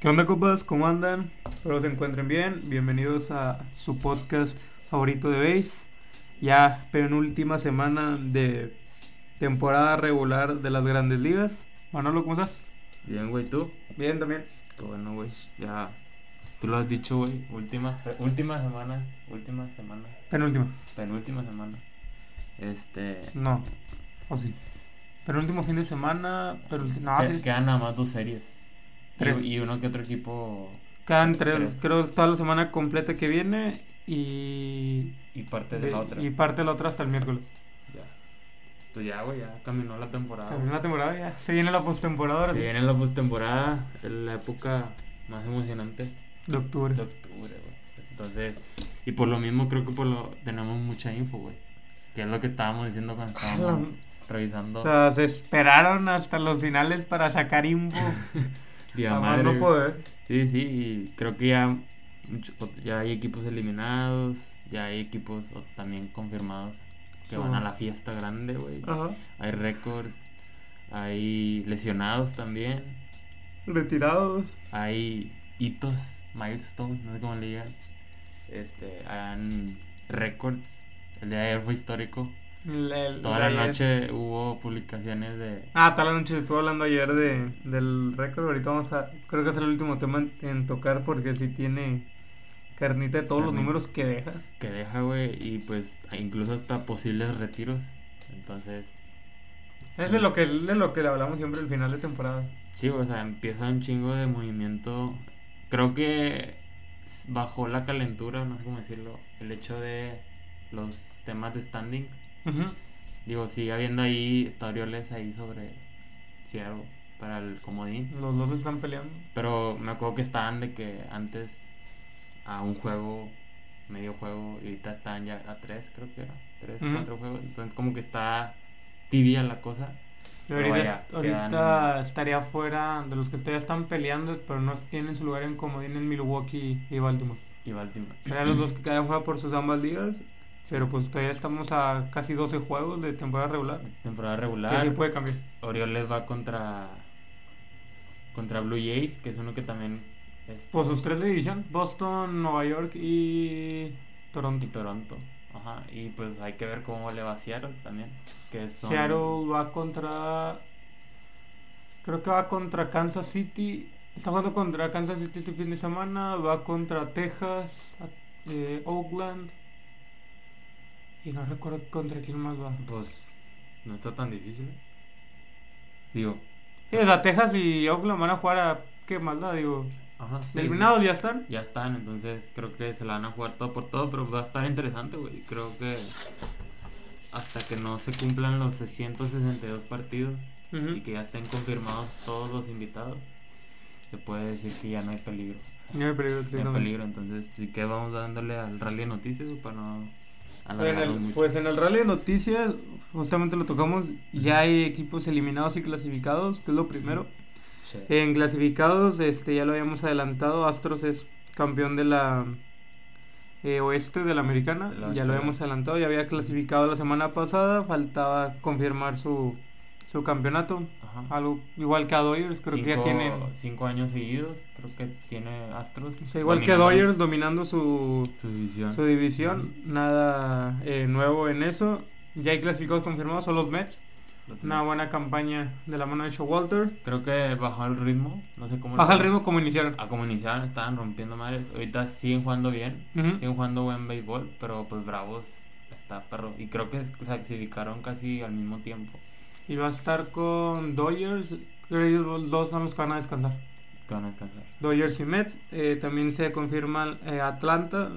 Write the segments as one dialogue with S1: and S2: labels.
S1: ¿Qué onda, copas? ¿Cómo andan? Espero se encuentren bien. Bienvenidos a su podcast favorito de Base. Ya penúltima semana de temporada regular de las grandes ligas. Manolo, ¿cómo estás?
S2: Bien, güey, ¿tú?
S1: Bien, también.
S2: Qué bueno, güey. Ya. Tú lo has dicho, güey. Última, eh, última semana. Última semana.
S1: Penúltima.
S2: Penúltima semana. Este.
S1: No. ¿O sí? Penúltimo fin de semana. Penúltimo. No,
S2: que-
S1: sí.
S2: Quedan nada más dos series. Y-
S1: Tres.
S2: Y, uno que otro equipo.
S1: Quedan tres,
S2: Tres.
S1: creo, toda la semana completa que viene y.
S2: Y parte de,
S1: de-
S2: la otra.
S1: Y parte de la otra hasta el miércoles.
S2: Ya. Pues ya, güey, ya terminó la temporada.
S1: Terminó la
S2: güey.
S1: temporada ya. Se viene la postemporada ahora
S2: Se
S1: sí,
S2: viene la postemporada, la época más emocionante
S1: de octubre.
S2: de octubre, güey. Entonces, y por lo mismo creo que por lo tenemos mucha info, güey. Que es lo que estábamos diciendo cuando estábamos revisando.
S1: O sea, se esperaron hasta los finales para sacar info.
S2: Y a
S1: a más
S2: madre,
S1: no
S2: güey.
S1: poder.
S2: Sí, sí, y creo que ya, mucho- ya hay equipos eliminados, ya hay equipos o- también confirmados que
S1: Sí.
S2: van a la fiesta grande, güey.
S1: Ajá.
S2: Hay récords, hay lesionados también,
S1: Retirados.
S2: hay hitos, milestones, no sé cómo le digan. Este, han récords. El día de ayer fue histórico.
S1: El- el-
S2: Toda
S1: el-
S2: la noche hubo publicaciones de...
S1: Ah, toda la noche estuve hablando ayer de, del récord. Ahorita vamos a. Creo que es el último tema en, en tocar porque sí tiene carnita de todos los
S2: Carnita.
S1: números que deja.
S2: que deja, güey, y pues incluso hasta posibles retiros. Entonces,
S1: Es
S2: Sí.
S1: de lo que de lo que le hablamos siempre al final de temporada.
S2: sí, o sea, empieza un chingo de movimiento. Creo que bajó la calentura, no sé cómo decirlo, el hecho de los temas de standing. Digo, sigue habiendo ahí Orioles ahí sobre Seattle para el comodín.
S1: Los dos están peleando.
S2: Pero me acuerdo que estaban de que antes a un juego, medio juego, y ahorita están ya a tres, creo que era. Tres,
S1: Ujú.
S2: cuatro juegos. Entonces como que está tibia la cosa.
S1: Yo
S2: Pero
S1: ahorita,
S2: vaya,
S1: ahorita
S2: quedan-
S1: estaría fuera de los que todavía están peleando, pero no tienen su lugar en comodín en Milwaukee y Baltimore.
S2: Y Baltimore.
S1: Eran los dos que cada juega por sus ambas ligas, pero pues todavía estamos a casi 12 juegos de temporada regular.
S2: Temporada
S1: Que
S2: regular.
S1: sí puede cambiar.
S2: Orioles va contra contra Blue Jays, que es uno que también es
S1: Pues sus tres de división, Boston, Nueva York y Toronto.
S2: y Toronto. Ajá, y pues hay que ver cómo le va a Seattle también, que son
S1: Seattle va contra... Creo que va contra Kansas City. Está jugando contra Kansas City este fin de semana. Va contra Texas, a- eh, Oakland. Y no recuerdo contra quién más va.
S2: pues no está tan difícil. Digo,
S1: Sí, o sea, Texas y Oakland van a jugar a... ¿Qué más da? Digo...
S2: ajá. sí,
S1: Eliminados ya están.
S2: Ya están, entonces creo que se la van a jugar todo por todo, pero va a estar interesante, güey. Creo que hasta que no se cumplan los 662 partidos
S1: Ujú.
S2: y que ya estén confirmados todos los invitados, se puede decir que ya no hay peligro.
S1: No hay peligro,
S2: No hay
S1: exactamente.
S2: peligro, entonces sí que vamos dándole al rally de noticias güey, para no
S1: Pues en,
S2: alargarnos
S1: el,
S2: mucho.
S1: pues en el rally de noticias, justamente lo tocamos, ya hay equipos eliminados y clasificados, que es lo primero.
S2: Sí.
S1: En clasificados, este ya lo habíamos adelantado, Astros es campeón de la eh, oeste de la americana,
S2: De la
S1: ya lo
S2: oeste,
S1: habíamos
S2: ¿verdad?
S1: adelantado, ya había clasificado la semana pasada, faltaba confirmar su, su campeonato,
S2: Ajá.
S1: algo igual que a Dodgers, creo que ya
S2: Cinco-
S1: tienen...
S2: Cinco años seguidos, creo que tiene Astros.
S1: o sea, igual que a
S2: dominando
S1: Dodgers dominando su,
S2: Su división.
S1: su división, nada eh, nuevo en eso. Ya hay clasificados confirmados, son los Mets.
S2: Los
S1: Una
S2: Mets.
S1: buena campaña de la mano de Showalter.
S2: Creo que bajó el ritmo, no sé cómo.
S1: Baja el
S2: lo-
S1: ritmo como iniciaron.
S2: A como iniciaron, estaban rompiendo madres. Ahorita siguen jugando bien,
S1: Ujú.
S2: siguen jugando buen béisbol, pero pues Bravos está perro. Y creo que se clasificaron casi al mismo tiempo.
S1: Y va a estar con Dodgers. Creo que ellos los dos son los que van a descansar.
S2: Que van a alcanzar.
S1: Dodgers y Mets. Eh, también se confirman eh, Atlanta.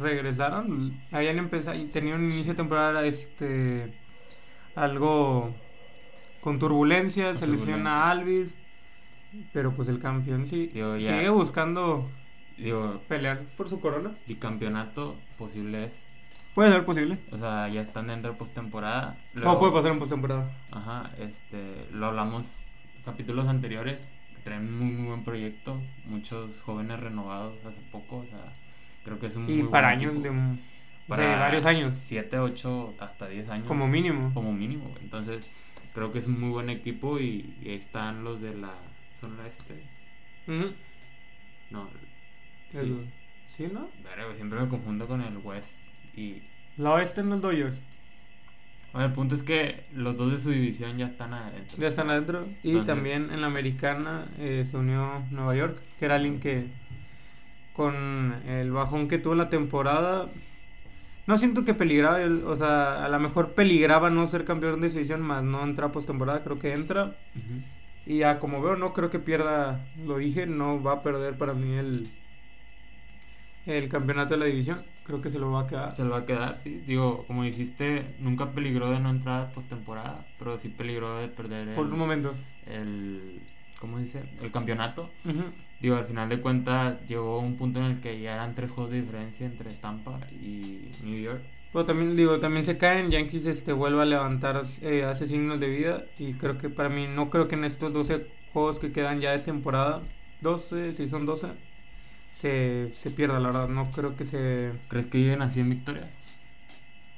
S1: Regresaron. Habían empezado y tenían un inicio de temporada este, algo con turbulencia.
S2: Con
S1: se lesiona
S2: turbulencia.
S1: a Alvis. Pero pues el campeón sí,
S2: Digo, ya-
S1: sigue buscando
S2: Digo,
S1: pelear por su corona.
S2: bicampeonato posible es.
S1: Puede ser posible.
S2: O sea, ya están dentro de postemporada.
S1: Todo
S2: Luego-
S1: puede pasar en postemporada.
S2: Ajá, este, lo hablamos en capítulos anteriores. que Traen muy, muy buen proyecto. Muchos jóvenes renovados hace poco. O sea, creo que es un
S1: Y
S2: Mm, muy buen
S1: para años
S2: equipo.
S1: de, un- de
S2: Para
S1: varios años,
S2: 7, 8, hasta 10 años.
S1: como mínimo.
S2: Como mínimo. güey. Entonces, creo que es un muy buen equipo y, y ahí están los de la zona este.
S1: Ujú.
S2: No.
S1: El- ¿Sí, no?
S2: Verga, güey, siempre lo confundo con el West. Y.
S1: La oeste en los Dodgers.
S2: Bueno, el punto es que los dos de su división ya están adentro.
S1: Ya están adentro. Y
S2: Entonces-
S1: también en la americana eh, se unió Nueva York, que era alguien que con el bajón que tuvo la temporada, no siento que peligraba, el- o sea, a lo mejor peligraba no ser campeón de su división, más no entrar postemporada, creo que entra.
S2: Ujú.
S1: Y ya como veo, no creo que pierda, lo dije, no va a perder para mí el, el campeonato de la división, creo que se lo va a quedar.
S2: Se lo va a quedar, sí. Digo, como dijiste, nunca peligró de no entrar postemporada, pero sí peligró de perder el,
S1: Por un momento.
S2: el. ¿Cómo se dice? El campeonato.
S1: Ujú.
S2: Digo, al final de cuentas llegó un punto en el que ya eran tres juegos de diferencia entre Tampa y New York.
S1: Pero también, digo, también se caen, Yankees este, vuelve a levantar, eh, hace signos de vida y creo que para mí, no creo que en estos 12 juegos que quedan ya de temporada, 12, si son 12, se, se pierda, la verdad, no creo que se...
S2: ¿Crees que lleguen a 100 victorias?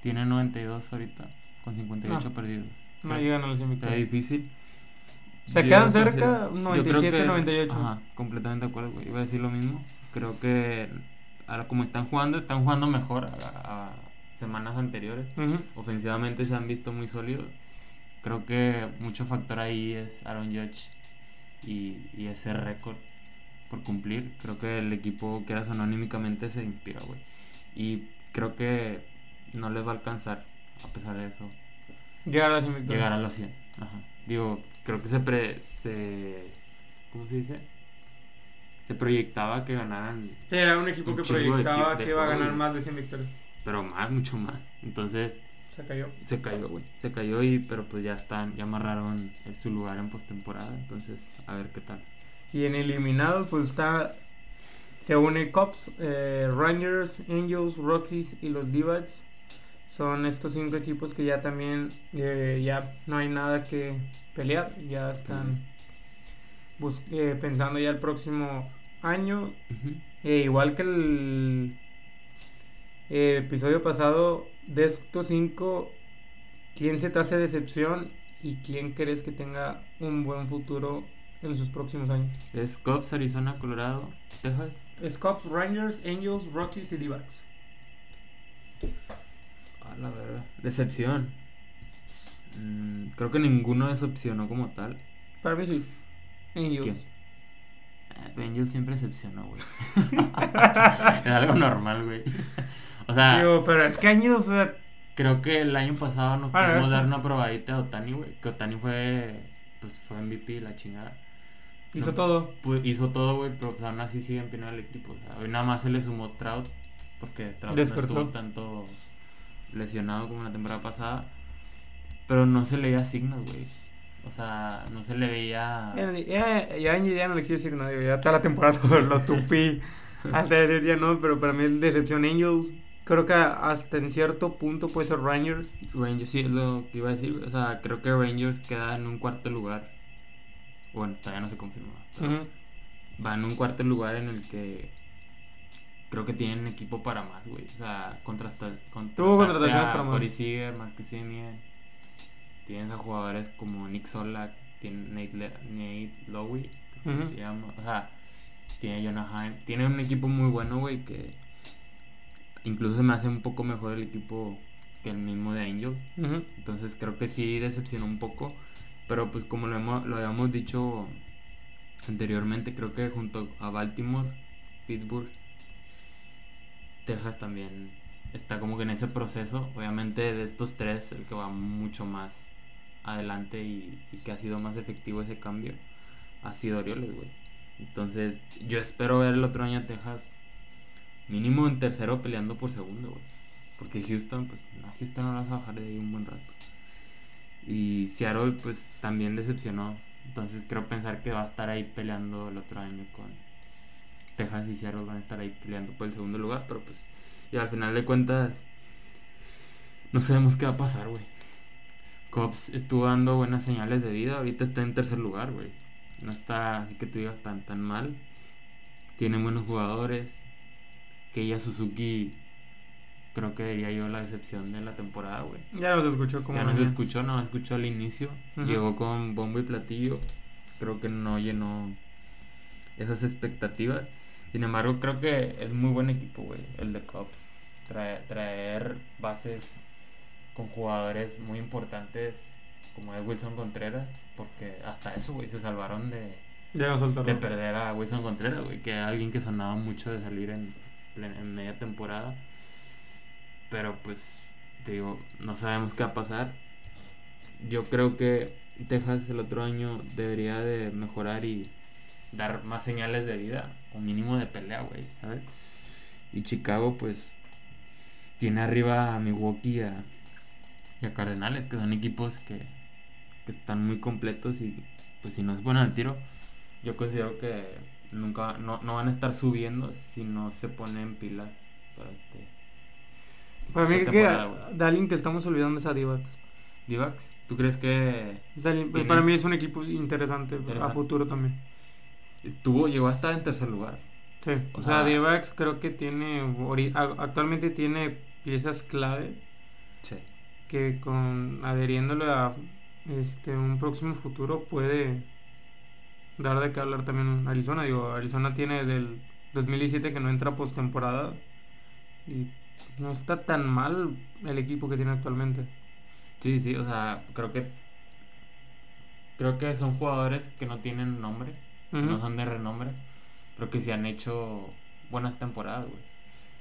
S2: Tiene 92 ahorita, con 58
S1: No.
S2: perdidos.
S1: No
S2: Creo-
S1: llegan a los 100
S2: Está
S1: victorias.
S2: difícil.
S1: Se
S2: Yo
S1: quedan
S2: considero-
S1: cerca,
S2: yo creo
S1: 97,
S2: que-
S1: 98.
S2: Ajá, completamente de acuerdo, güey. Iba a decir lo mismo. Creo que ahora como están jugando, están jugando mejor a, a semanas anteriores.
S1: Ujú.
S2: Ofensivamente se han visto muy sólidos. Creo que mucho factor ahí es Aaron Judge y, y ese récord por cumplir. Creo que el equipo, que era anónimamente, se inspira, güey. Y creo que no les va a alcanzar, a pesar de eso,
S1: Llegar a los 100 victorias.
S2: llegar a los 100. Ajá. Digo, creo que se, pre- se. ¿Cómo se dice? Se proyectaba que ganaran,
S1: Sí, era un equipo
S2: Un
S1: que
S2: chingo de
S1: proyectaba
S2: equi- de
S1: que iba a ganar
S2: jugadores.
S1: más de 100 victorias.
S2: pero más, mucho más. Entonces,
S1: Se cayó.
S2: se cayó, güey. Se cayó y, pero pues ya están, ya amarraron el- su lugar en postemporada. Entonces, a ver qué tal.
S1: Y en eliminados, pues está. Se une Cops, eh, Rangers, Angels, Rockies y los D-Backs. Son estos cinco equipos que ya también. eh, ya no hay nada que pelear. Ya están bus- eh, pensando ya el próximo año.
S2: Ujú.
S1: Eh, igual que el eh, episodio pasado, de estos cinco, ¿quién se te hace decepción y quién crees que tenga un buen futuro en sus próximos años?
S2: Es Cubs, Arizona, Colorado, Texas.
S1: Scops, Rangers, Angels, Rockies y D-Backs.
S2: A la verdad. Decepción. Mm, creo que ninguno decepcionó como tal.
S1: Para mí sí.
S2: ¿Quién?
S1: Angels.
S2: Eh, Ben, yo siempre decepcionó, güey. es algo normal, güey. O sea,
S1: Digo, pero es que Angels, o sea,
S2: creo que el año pasado nos
S1: Bueno,
S2: pudimos
S1: eso-
S2: dar una probadita a Otani, güey. Que Otani fue, pues, fue MVP y la chingada.
S1: hizo
S2: No.
S1: todo.
S2: Pues, hizo todo, güey, pero pues, aún así sigue en final el equipo. O sea, hoy nada más se le sumó Trout, porque Trout
S1: Despertó.
S2: no estuvo tanto lesionado como la temporada pasada. Pero no se le veía signos, güey. O sea, no se le veía...
S1: Ya, ya, ya Angie ya no le quiero decir nada, digo, ya toda la temporada lo, lo tupí. Hasta decir ya no, pero para mí es decepción Angels. Creo que hasta en cierto punto puede ser Rangers.
S2: Rangers, sí, es lo que iba a decir. güey. O sea, creo que Rangers queda en un cuarto lugar. Bueno, todavía no se confirmó. pero
S1: Ujú.
S2: Va en un cuarto lugar en el que creo que tienen equipo para más, güey. O sea, contrasta,
S1: Tuvo
S2: contrataste
S1: contrataciones
S2: a
S1: para más.
S2: Corey Seager, Marcus Simeon. Tienes a jugadores como Nick Solak, tiene Nate, Le- Nate Lowey, creo que
S1: Ujú.
S2: se llama. O sea, tiene a Jonah Heim. Tiene un equipo muy bueno, güey, que incluso se me hace un poco mejor el equipo que el mismo de Angels.
S1: Ujú.
S2: Entonces creo que sí decepcionó un poco. Pero pues como lo, hemos, lo habíamos dicho anteriormente, creo que junto a Baltimore, Pittsburgh, Texas también está como que en ese proceso. Obviamente de estos tres, el que va mucho más adelante y, y que ha sido más efectivo ese cambio ha sido Orioles, güey. Entonces yo espero ver el otro año a Texas mínimo en tercero peleando por segundo, güey. Porque Houston, pues a Houston no lo vas a bajar de ahí un buen rato. Y Seattle, pues también decepcionó. Entonces creo pensar que va a estar ahí peleando el otro año con Texas y Seattle van a estar ahí peleando por el segundo lugar, pero pues. Y al final de cuentas, no sabemos qué va a pasar, güey. Cops estuvo dando buenas señales de vida, ahorita está en tercer lugar, güey. No está, así que tú digas, tan, tan mal. Tiene buenos jugadores. Keiya Suzuki, creo que diría yo la decepción de la temporada, güey.
S1: Ya no se escuchó como
S2: Ya no se
S1: venía.
S2: escuchó, no escuchó al inicio.
S1: Ujú.
S2: Llegó con bombo y platillo. Creo que no llenó esas expectativas. Sin embargo, creo que es muy buen equipo, güey, el de Cubs. Traer, traer bases con jugadores muy importantes como es Wilson Contreras, porque hasta eso, güey, se salvaron de,
S1: Ya no
S2: de
S1: soltaron.
S2: perder a Wilson Contreras, güey, que era alguien que sonaba mucho de salir en, plen- en media temporada. Pero pues, te digo, no sabemos qué va a pasar. Yo creo que Texas el otro año debería de mejorar y dar más señales de vida, o mínimo de pelea, güey, ¿sabes? Y Chicago, pues, tiene arriba a Milwaukee y a, y a Cardenales, que son equipos que, que están muy completos y pues si no se ponen al tiro, yo considero que nunca no, no van a estar subiendo si no se ponen pilas para este
S1: Para mí
S2: esta
S1: que
S2: temporada, güey.
S1: de alguien que estamos olvidando es a D-backs.
S2: Divax. ¿Tú crees que
S1: Es alguien- pues,
S2: Tiene-
S1: para mí es un equipo interesante, a
S2: Interesante.
S1: futuro también.
S2: tuvo llegó a estar en tercer lugar?
S1: Sí, o
S2: O
S1: sea,
S2: sea-
S1: D-backs creo que tiene, ori- a- actualmente tiene piezas clave
S2: Sí.
S1: que con adheriéndole a este un próximo futuro puede dar de qué hablar también Arizona. Digo, Arizona tiene desde el 2017 que no entra postemporada y no está tan mal el equipo que tiene actualmente.
S2: Sí, sí, o sea, creo que creo que son jugadores que no tienen nombre, que no
S1: Ujú.
S2: son de renombre, pero que se han hecho buenas temporadas, güey.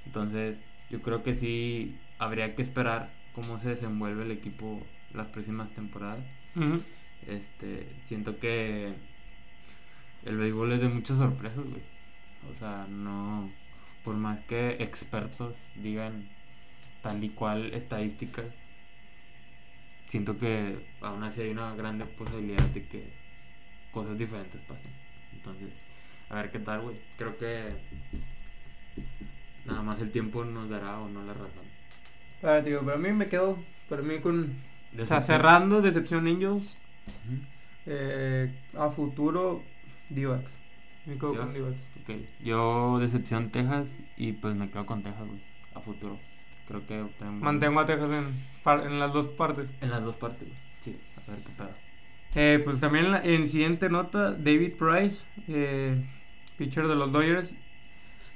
S2: Entonces, yo creo que sí habría que esperar cómo se desenvuelve el equipo las próximas temporadas.
S1: Ujú.
S2: Este, siento que el béisbol es de muchas sorpresas, güey. O sea, no. Por más que expertos digan tal y cual estadísticas, siento que aún así hay una grande posibilidad de que cosas diferentes pasen. Entonces, a ver qué tal, güey. Creo que nada más el tiempo nos dará o no la razón.
S1: Ah, digo, para mí me quedo, para mí con... o sea,
S2: Decepción.
S1: cerrando Decepción Angels,
S2: Ujú.
S1: eh, a futuro D-backs. Me quedo
S2: ¿Ya?
S1: con D-backs.
S2: Ok, yo decepción Texas y pues me quedo con Texas, güey, a futuro. Creo que tenemos...
S1: Mantengo a Texas en, par- en las dos partes.
S2: En las dos partes, güey. Sí, a ver qué pedo.
S1: Eh, pues también la- en siguiente nota, David Price, eh, pitcher de los Dodgers,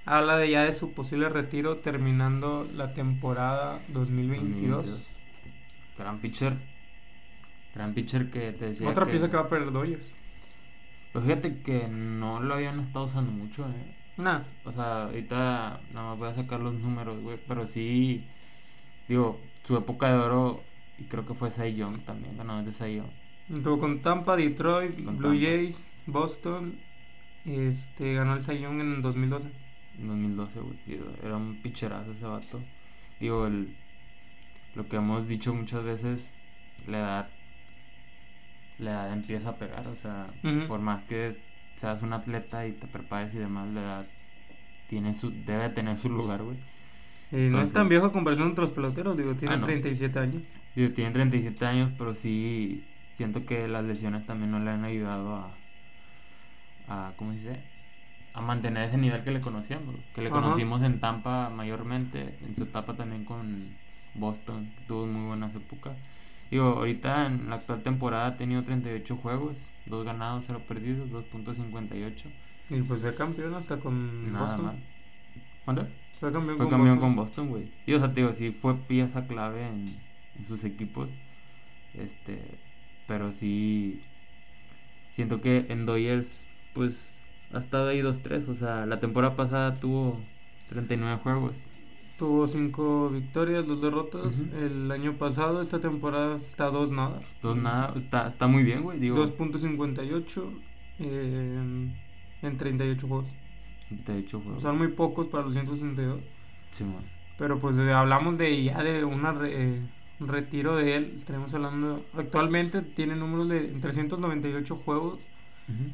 S1: habla de ya de su posible retiro terminando la temporada 2022.
S2: 2022. Gran pitcher. Gran pitcher que te decía
S1: Otra pieza que va a perder Dodgers.
S2: Pues fíjate que no lo habían estado usando mucho, eh.
S1: Nada.
S2: O sea, ahorita nada más voy a sacar los números, güey. Pero sí, digo, su época de oro, y creo que fue Cy Young también, ganador de Cy Young.
S1: Estuvo con Tampa, Detroit,
S2: Con
S1: Blue
S2: Tampa.
S1: Jays, Boston. Este, ganó el Cy Young en 2012.
S2: En 2012, güey. digo, Era un picherazo ese vato. Digo, el, lo que hemos dicho muchas veces, la edad, la edad empieza a pegar. O sea,
S1: Ujú.
S2: por más que seas un atleta y te prepares y demás, la edad tiene su, debe tener su lugar, güey.
S1: Eh, no es
S2: Entonces-
S1: tan viejo en comparación a otros peloteros, digo, tiene
S2: Ah, no.
S1: 37 años.
S2: Digo, tiene 37 años, pero sí siento que las lesiones también no le han ayudado a, a ¿cómo se dice? A mantener ese nivel que le conocíamos, que le
S1: Ajá.
S2: conocimos en Tampa mayormente, en su etapa también con Boston, que tuvo muy buenas épocas. Digo, ahorita en la actual temporada ha tenido 38 juegos, 2 ganados, 0 perdidos, 2.58,
S1: Y pues fue campeón hasta con
S2: nada
S1: Boston.
S2: mal. ¿Cuánto?
S1: Fue campeón
S2: Fue
S1: con
S2: campeón
S1: Boston.
S2: con Boston, güey. Sí, o sea, te digo, sí fue pieza clave en, en sus equipos. Este, pero sí siento que en Dodgers, pues, ha estado ahí 2-3. O sea, la temporada pasada tuvo 39 juegos.
S1: Tuvo cinco victorias, dos derrotas.
S2: Ujú.
S1: El año pasado, esta temporada está dos nada.
S2: Dos nada, está, está muy bien, güey. Digo,
S1: 2.58 eh, en 38 juegos.
S2: 38 juegos.
S1: Son muy pocos para los 162.
S2: Simón.
S1: Pero pues eh, hablamos de ya de una re- eh, un retiro de él. Estaremos hablando. Actualmente tiene números de 398 juegos.
S2: Ujú.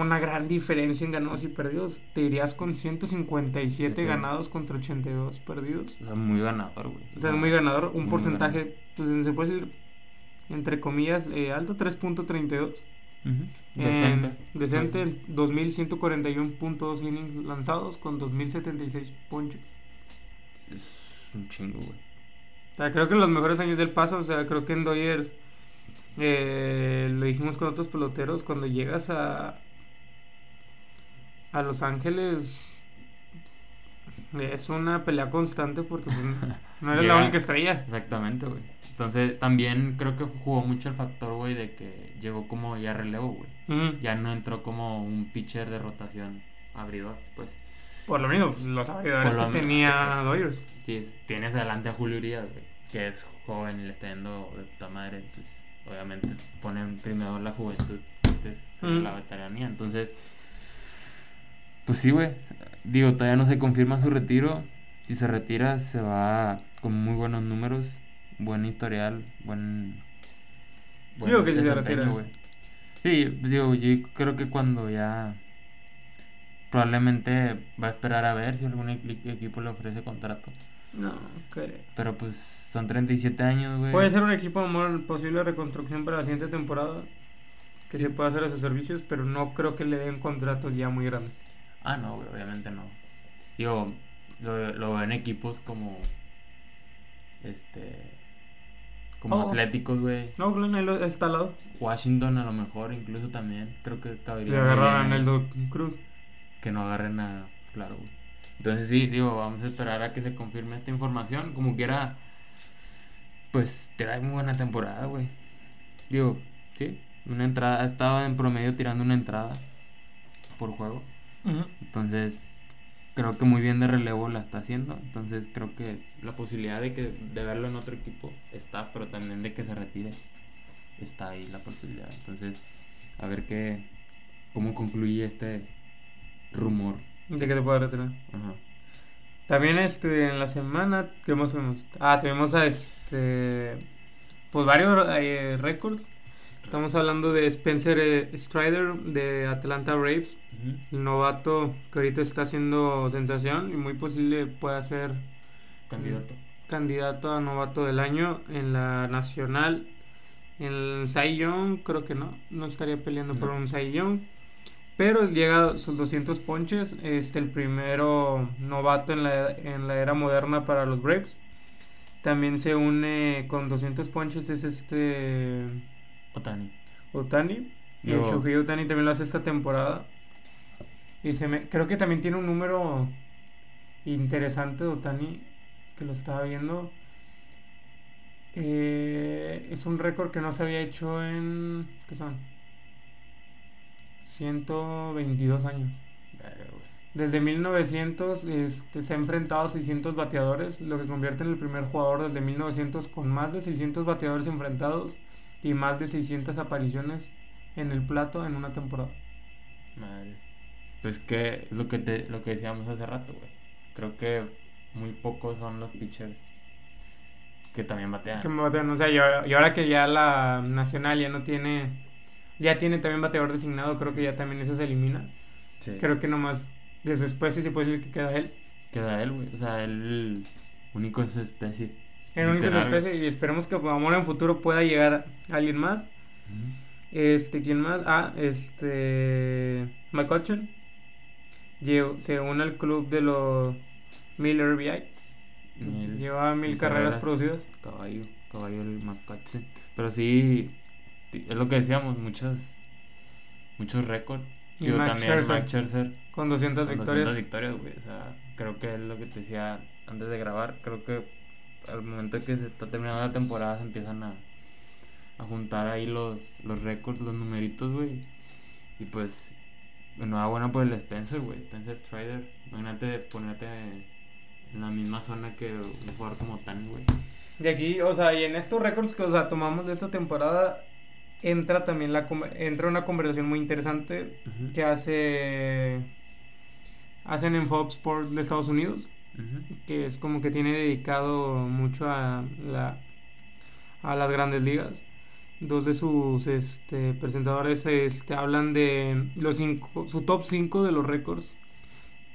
S1: Una gran diferencia en ganados y perdidos. Te irías con 157
S2: Siete.
S1: ganados contra 82 perdidos.
S2: O sea, muy ganador, güey.
S1: O sea, es muy ganador, un
S2: muy
S1: porcentaje,
S2: ganador.
S1: pues, se puede decir, entre comillas, eh, alto, 3.32.
S2: Ujú.
S1: Eh,
S2: Decente.
S1: decente,
S2: Ujú.
S1: 2.141.2 innings lanzados con 2.076 ponches.
S2: Es un chingo, güey.
S1: O sea, creo que los mejores años del paso, o sea, creo que en Dodgers, eh, lo dijimos con otros peloteros, cuando llegas a... a Los Ángeles es una pelea constante porque pues, no eres
S2: Llega-
S1: la única estrella.
S2: Exactamente, güey. Entonces, también creo que jugó mucho el factor, güey, de que llegó como ya relevo, güey.
S1: Ujú.
S2: Ya no entró como un pitcher de rotación abridor, pues.
S1: Por lo mismo, pues, los
S2: Por
S1: abridores
S2: lo
S1: que
S2: mismo,
S1: tenía
S2: exacto.
S1: Doyers.
S2: Sí, tienes adelante a Julio Urias, güey, que es joven y le está yendo de puta madre, pues obviamente ponen primero la juventud antes que
S1: Mm.
S2: la veteranía. Entonces, pues sí, güey. Digo, todavía no se confirma su retiro. Si se retira, se va con muy buenos números, buen historial, buen.
S1: Digo que si se
S2: desempeño,
S1: retira.
S2: güey. Sí, digo, yo creo que cuando ya probablemente va a esperar a ver si algún equi- equipo le ofrece contrato.
S1: No, creo.
S2: Pero pues son 37 años, güey.
S1: Puede ser un equipo amor posible reconstrucción para la siguiente temporada. Que se pueda hacer a sus servicios, pero no creo que le den contratos ya muy grandes.
S2: Ah, no, güey, obviamente no. Digo, lo, lo veo en equipos como. Este. Como
S1: Oh.
S2: Atléticos, güey.
S1: No, Glenn, ahí lo- está al lado.
S2: Washington a lo mejor, incluso también. Creo que cabería.
S1: Le
S2: muy bien
S1: agarraron
S2: ahí.
S1: el Doc Cruz.
S2: Que no agarren a. Claro, güey. Entonces sí, digo, vamos a esperar a que se confirme esta información. Como quiera. Pues te da muy buena temporada, güey. Digo, sí. Una entrada. Estaba en promedio tirando una entrada por juego. Entonces, creo que muy bien de relevo la está haciendo. Entonces, creo que la posibilidad de, que, de verlo en otro equipo está, pero también de que se retire. Está ahí la posibilidad. Entonces, a ver qué cómo concluye este rumor.
S1: De que te pueda retirar.
S2: Ajá.
S1: También este, en la semana que más tuvimos. Ah, tuvimos a este. Pues varios eh, récords. Estamos hablando de Spencer eh, Strider de Atlanta Braves. El novato que ahorita está haciendo sensación y muy posible pueda ser
S2: Candidato.
S1: candidato a novato del año en la nacional. En el Cy Young, creo que no, no estaría peleando por
S2: No.
S1: un Cy Young. Pero llega a sus 200 ponches, este, el primero novato en la, en la era moderna para los Braves. También se une con 200 ponches, es este
S2: Otani.
S1: Otani. Y
S2: Yo-
S1: Shohei Otani también lo hace esta temporada. Y se me, creo que también tiene un número interesante de Otani, que lo estaba viendo. Eh, es un récord que no se había hecho en... ¿Qué son? 122 años.
S2: Verga, güey.
S1: Desde 1900 este, se ha enfrentado a 600 bateadores, lo que convierte en el primer jugador desde 1900 con más de 600 bateadores enfrentados y más de 600 apariciones en el plato en una temporada.
S2: Madre. Pues que lo que te, lo que decíamos hace rato, güey. Creo que muy pocos son los pitchers que también batean.
S1: Que me batean, o sea, y ahora- y ahora que ya la nacional ya no tiene, ya tiene también bateador designado, creo que ya también eso se elimina.
S2: Sí.
S1: Creo que nomás desde después sí se puede decir que queda él.
S2: Queda él, güey. O sea, él único de su especie.
S1: En única
S2: Literal, güey.
S1: especie y esperemos que por amor en futuro pueda llegar alguien más.
S2: Ujú.
S1: Este, ¿quién más? Ah, este. Mike Hutchin. Lle- Se une al club de los mil RBI.
S2: Mil-
S1: Lleva mil carreras producidas.
S2: Caballo, caballo el Macache. Pero sí, sí, es lo que decíamos, muchas, muchos récords.
S1: Y
S2: Yo
S1: Max
S2: también,
S1: Scherzer.
S2: Max Scherzer.
S1: Con 200
S2: con
S1: victorias.
S2: 200 victorias, güey. O sea, creo que es lo que te decía antes de grabar. Creo que al momento que se está terminando la temporada se empiezan a, a juntar ahí los, los récords, los numeritos, güey. Y pues, enhorabuena por el Spencer, güey. Spencer Strider. Imagínate ponerte en la misma zona que un jugador como Tani, güey.
S1: De aquí, o sea, y en estos récords que o sea, tomamos de esta temporada, entra también la com- entra una conversación muy interesante
S2: Ujú.
S1: que hace hacen en Fox Sports de Estados Unidos.
S2: Ujú.
S1: que es como que tiene dedicado mucho a, la, a las grandes ligas. Dos de sus este, presentadores este, hablan de los cinco, su top 5 de los récords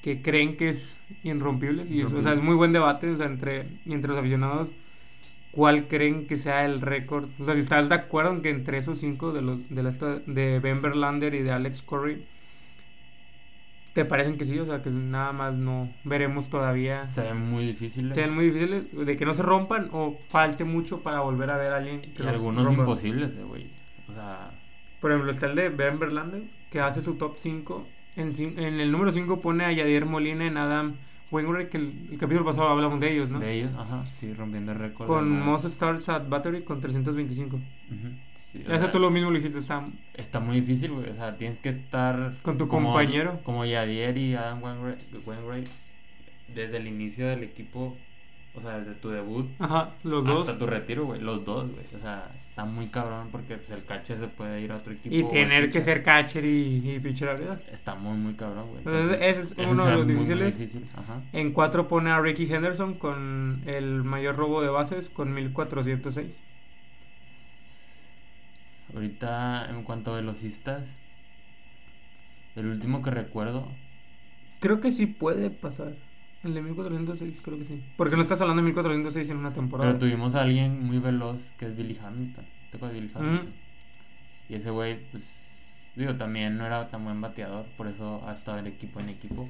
S1: que creen que es irrompibles. Y es, o sea, es muy buen debate o sea, entre, entre los aficionados cuál creen que sea el récord. O sea, si estás de acuerdo en que entre esos cinco de, los, de, la esta- de Ben Berlander y de Alex Curry, ¿te parecen que sí? O sea, que nada más no veremos todavía.
S2: Se ve muy difícil. güey.
S1: Sean muy difíciles de que no se rompan o falte mucho para volver a ver a alguien que
S2: Y
S1: los
S2: algunos
S1: rompa.
S2: imposibles, güey. O sea,
S1: Por ejemplo, está el de Ben Berlander, que hace su top 5 En, cin- en el número 5 pone a Yadier Molina en Adam Wainwright, que el, el capítulo pasado hablamos de ellos, ¿no?
S2: De ellos, ajá, sí, rompiendo récords.
S1: Con Most Starts at Battery con 325. Ya sé, tú lo mismo lo dijiste, Sam.
S2: Está muy difícil, güey. O sea, tienes que estar.
S1: Con tu
S2: como-
S1: compañero.
S2: Como Yadier y Adam Wainwright, Wainwright, Desde el inicio del equipo. O sea, desde tu debut.
S1: Ajá, Ah, los
S2: hasta
S1: dos.
S2: tu retiro, güey. Los dos, güey. O sea, está muy cabrón porque pues, el caché se puede ir a otro equipo.
S1: Y
S2: o
S1: tener que
S2: pitcher.
S1: ser catcher y, y pitcher abridor.
S2: Está muy, muy cabrón, güey.
S1: Entonces, ese es
S2: ese
S1: uno de
S2: está
S1: los
S2: muy, muy
S1: difíciles.
S2: difícil, Ajá.
S1: En 4 pone a Ricky Henderson con el mayor robo de bases con 1406.
S2: Ahorita, en cuanto a velocistas, el último que recuerdo,
S1: Creo que sí puede pasar. El de 1406, creo que sí. Porque no estás hablando de 1406 en una temporada.
S2: pero tuvimos a alguien muy veloz que es Billy Hamilton. ¿Te acuerdas de Billy
S1: Ujú.
S2: Hamilton? Y ese güey, pues, digo, también no era tan buen bateador, por eso ha estado en equipo en equipo.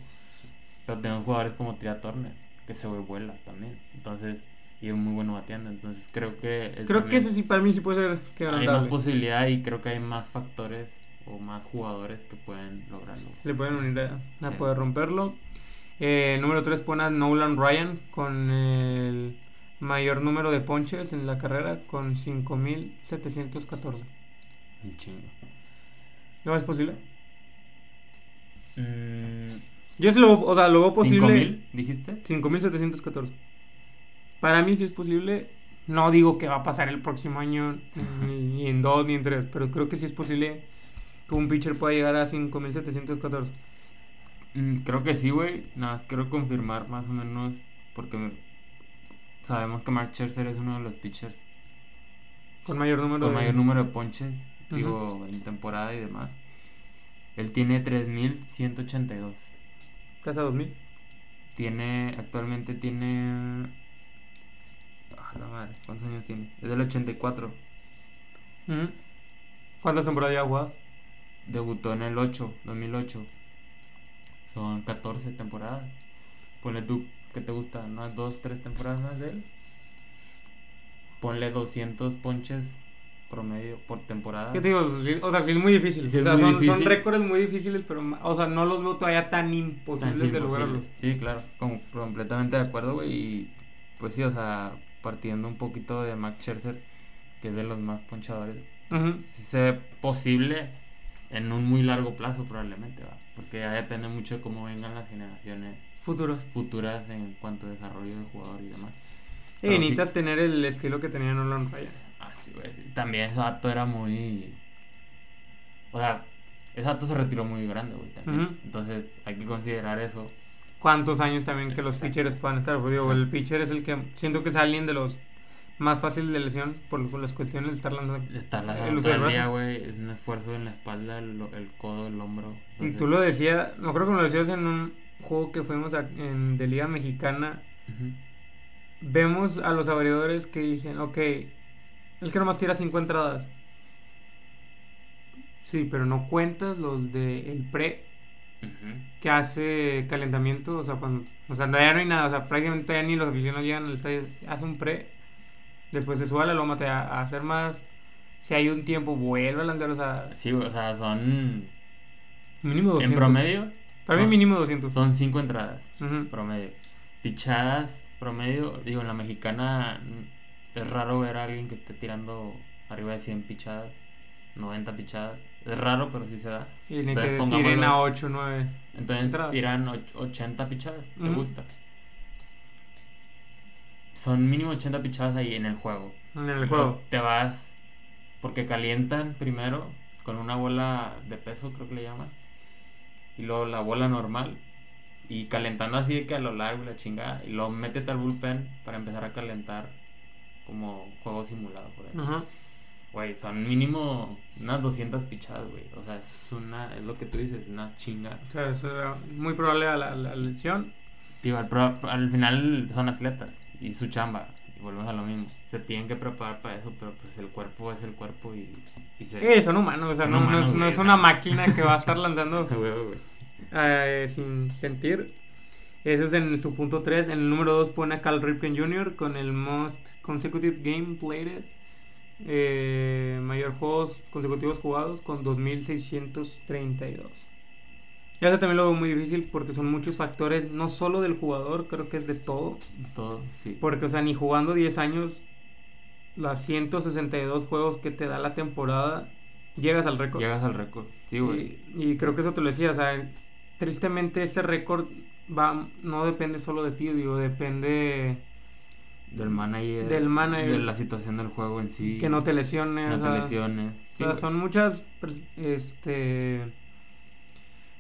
S2: Pero tenemos jugadores como Tria Turner, que ese güey vuela también. Entonces, y es muy bueno bateando. Entonces, creo que. él
S1: creo que
S2: también-
S1: ese sí, para mí sí puede ser
S2: Hay más
S1: quebrantable.
S2: posibilidad y creo que hay más factores o más jugadores que pueden lograrlo.
S1: Le pueden unir a, a
S2: Sí.
S1: poder romperlo. Eh, número 3 pone a Nolan Ryan con el mayor número de ponches en la carrera con 5714.
S2: Un chingo.
S1: ¿Lo ves posible?
S2: Mm,
S1: Yo sí lo, o sea, lo veo posible.
S2: 5000, dijiste?
S1: 5714. Para mí sí es posible. No digo que va a pasar el próximo año, ni, ni en dos, ni en tres, pero creo que sí es posible que un pitcher pueda llegar a 5714.
S2: Mm, creo que sí, güey. Nada, más quiero confirmar más o menos porque me- sabemos que Mark Scherzer es uno de los pitchers
S1: Con mayor número
S2: con
S1: de-
S2: mayor número de ponches,
S1: Ujú.
S2: digo, en temporada y demás. Él tiene 3182.
S1: Casi a 2000.
S2: Tiene, actualmente tiene... Ah, la madre, ¿cuántos años tiene? Es del 84.
S1: Ujú. ¿Cuántas temporadas ya jugadas?
S2: Debutó en el 8, 2008. Son 14 temporadas. Ponle tú, ¿qué te gusta? ¿Unas 2, 3 temporadas más de él? Ponle 200 ponches promedio por temporada.
S1: ¿Qué te digo? Sí, O sea, sí es muy difícil.
S2: Ah. Sí es
S1: o sea,
S2: muy
S1: son, son
S2: difícil.
S1: récordes muy difíciles, pero ma- o sea, no los veo todavía tan
S2: Tan
S1: imposibles de
S2: imposible.
S1: lograrlos.
S2: Sí, claro. com- completamente de acuerdo, güey. Y pues sí, o sea, partiendo un poquito de Max Scherzer, que es de los más ponchadores.
S1: Ujú.
S2: si se ve posible en un muy largo plazo probablemente, ¿va? porque ya depende mucho de cómo vengan las generaciones
S1: Futuro.
S2: futuras en cuanto a desarrollo del jugador y demás.
S1: Y
S2: Pero sí-
S1: Eh, necesitas tener el estilo que tenía Nolan Ryan.
S2: Ah, sí, güey. También ese dato era muy... O sea, ese dato se retiró muy grande, güey, también.
S1: Ujú.
S2: Entonces hay que considerar eso.
S1: cuántos años también que los
S2: Exacto.
S1: pitchers puedan estar. Porque digo,
S2: Exacto.
S1: el pitcher es el que siento que es alguien de los más fácil de lesión por, por las cuestiones de estar lanzando.
S2: Estar la
S1: el uso del brazo.
S2: güey, es un esfuerzo en la espalda, el, lo- el codo, el hombro.
S1: Y
S2: Entonces-
S1: tú lo decías, me acuerdo que me lo decías en un juego que fuimos a- en- de Liga Mexicana.
S2: Ujú.
S1: Vemos a los abridores que dicen, ok, el que nomás tira cinco entradas. Sí, pero no cuentas los de el pre
S2: Ujú.
S1: que hace calentamiento, o sea, cuando, o sea, ya no hay nada, o sea, prácticamente ya ni los aficionados llegan al estadio, hace un pre, después se sube a la loma, te va a hacer más, si hay un tiempo, vuelve a lanzar, o sea,
S2: Sí, güey, o sea, son...
S1: mínimo 200.
S2: En promedio...
S1: Para mí
S2: no.
S1: mínimo 200.
S2: Son 5 entradas
S1: Ujú.
S2: promedio. Pichadas promedio, digo, en la mexicana mm, es raro ver a alguien que esté tirando arriba de 100 pichadas, 90 pichadas. Es raro, pero sí se da.
S1: Y ni
S2: Entonces,
S1: que
S2: pongámoslo-
S1: tiren a 8, 9.
S2: Entonces
S1: entradas.
S2: tiran och- 80 pichadas, te
S1: Ujú.
S2: gusta. Son mínimo 80 pichadas ahí en el juego.
S1: En el juego.
S2: Te vas porque calientan primero con una bola de peso, creo que le llaman. Y luego la bola normal. Y calentando así de que a lo largo y la chingada. Y luego métete al bullpen para empezar a calentar como juego simulado, por ejemplo.
S1: Ajá.
S2: Güey, son mínimo unas 200 pichadas, güey. O sea, es una, es lo que tú dices, una chinga.
S1: O sea, es eh, muy probable a la, la lesión.
S2: Digo, al, pro- al final son atletas y su chamba. Y volvemos a lo mismo. Se tienen que preparar para eso, pero pues el cuerpo es el cuerpo y, y se...
S1: Eh, son humanos, o sea,
S2: Son
S1: no, no
S2: humanos,
S1: es, no
S2: güey,
S1: es
S2: o
S1: una
S2: sea.
S1: máquina que va a estar lanzando
S2: A huevo, güey.
S1: eh, sin sentir. Eso es en su punto 3. En el número 2 pone a Cal Ripken Jr. con el most consecutive game played. eh, mayor juegos consecutivos jugados con 2632. Ya que también lo veo muy difícil porque son muchos factores, no solo del jugador, creo que es de todo.
S2: Todo, sí.
S1: Porque, o sea, ni jugando 10 años, las 162 juegos que te da la temporada, llegas al récord.
S2: Llegas al récord. Sí, güey.
S1: Y, y creo que eso te lo decía, o sea, tristemente ese récord va, no depende solo de ti, digo, depende
S2: Del manager.
S1: Del manager.
S2: De la situación del juego en sí.
S1: que no te lesiones.
S2: No
S1: o
S2: te
S1: sea,
S2: lesiones.
S1: o
S2: Sí,
S1: sea,
S2: güey.
S1: son muchas, pres- este,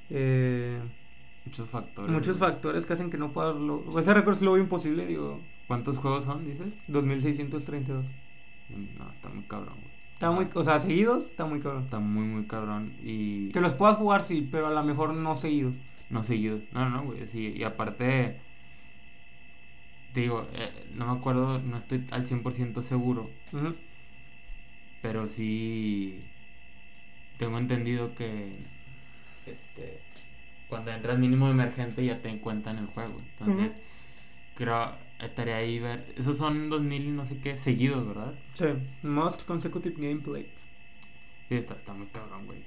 S1: eh,
S2: muchos factores.
S1: muchos
S2: güey.
S1: factores que hacen que no puedas, lo- o ese récord sí lo veo imposible, digo,
S2: ¿Cuántos juegos son, dices?
S1: 2632.
S2: No, está muy cabrón, güey.
S1: Está muy, o sea, seguidos, está muy cabrón.
S2: Está muy, muy cabrón. Y.
S1: Que los puedas jugar, sí, pero a lo mejor no seguidos.
S2: No seguidos. No, no, güey. Sí, y aparte. te Digo, eh, no me acuerdo, no estoy al 100% seguro.
S1: Ujú.
S2: Pero sí. Tengo entendido que. Este. Cuando entras mínimo emergente ya te cuentan el juego. Entonces.
S1: Ujú.
S2: Creo. Estaría ahí ver. Esos son 2000 no sé qué seguidos, ¿verdad?
S1: Sí, most consecutive gameplays.
S2: Sí, está, está muy cabrón, güey.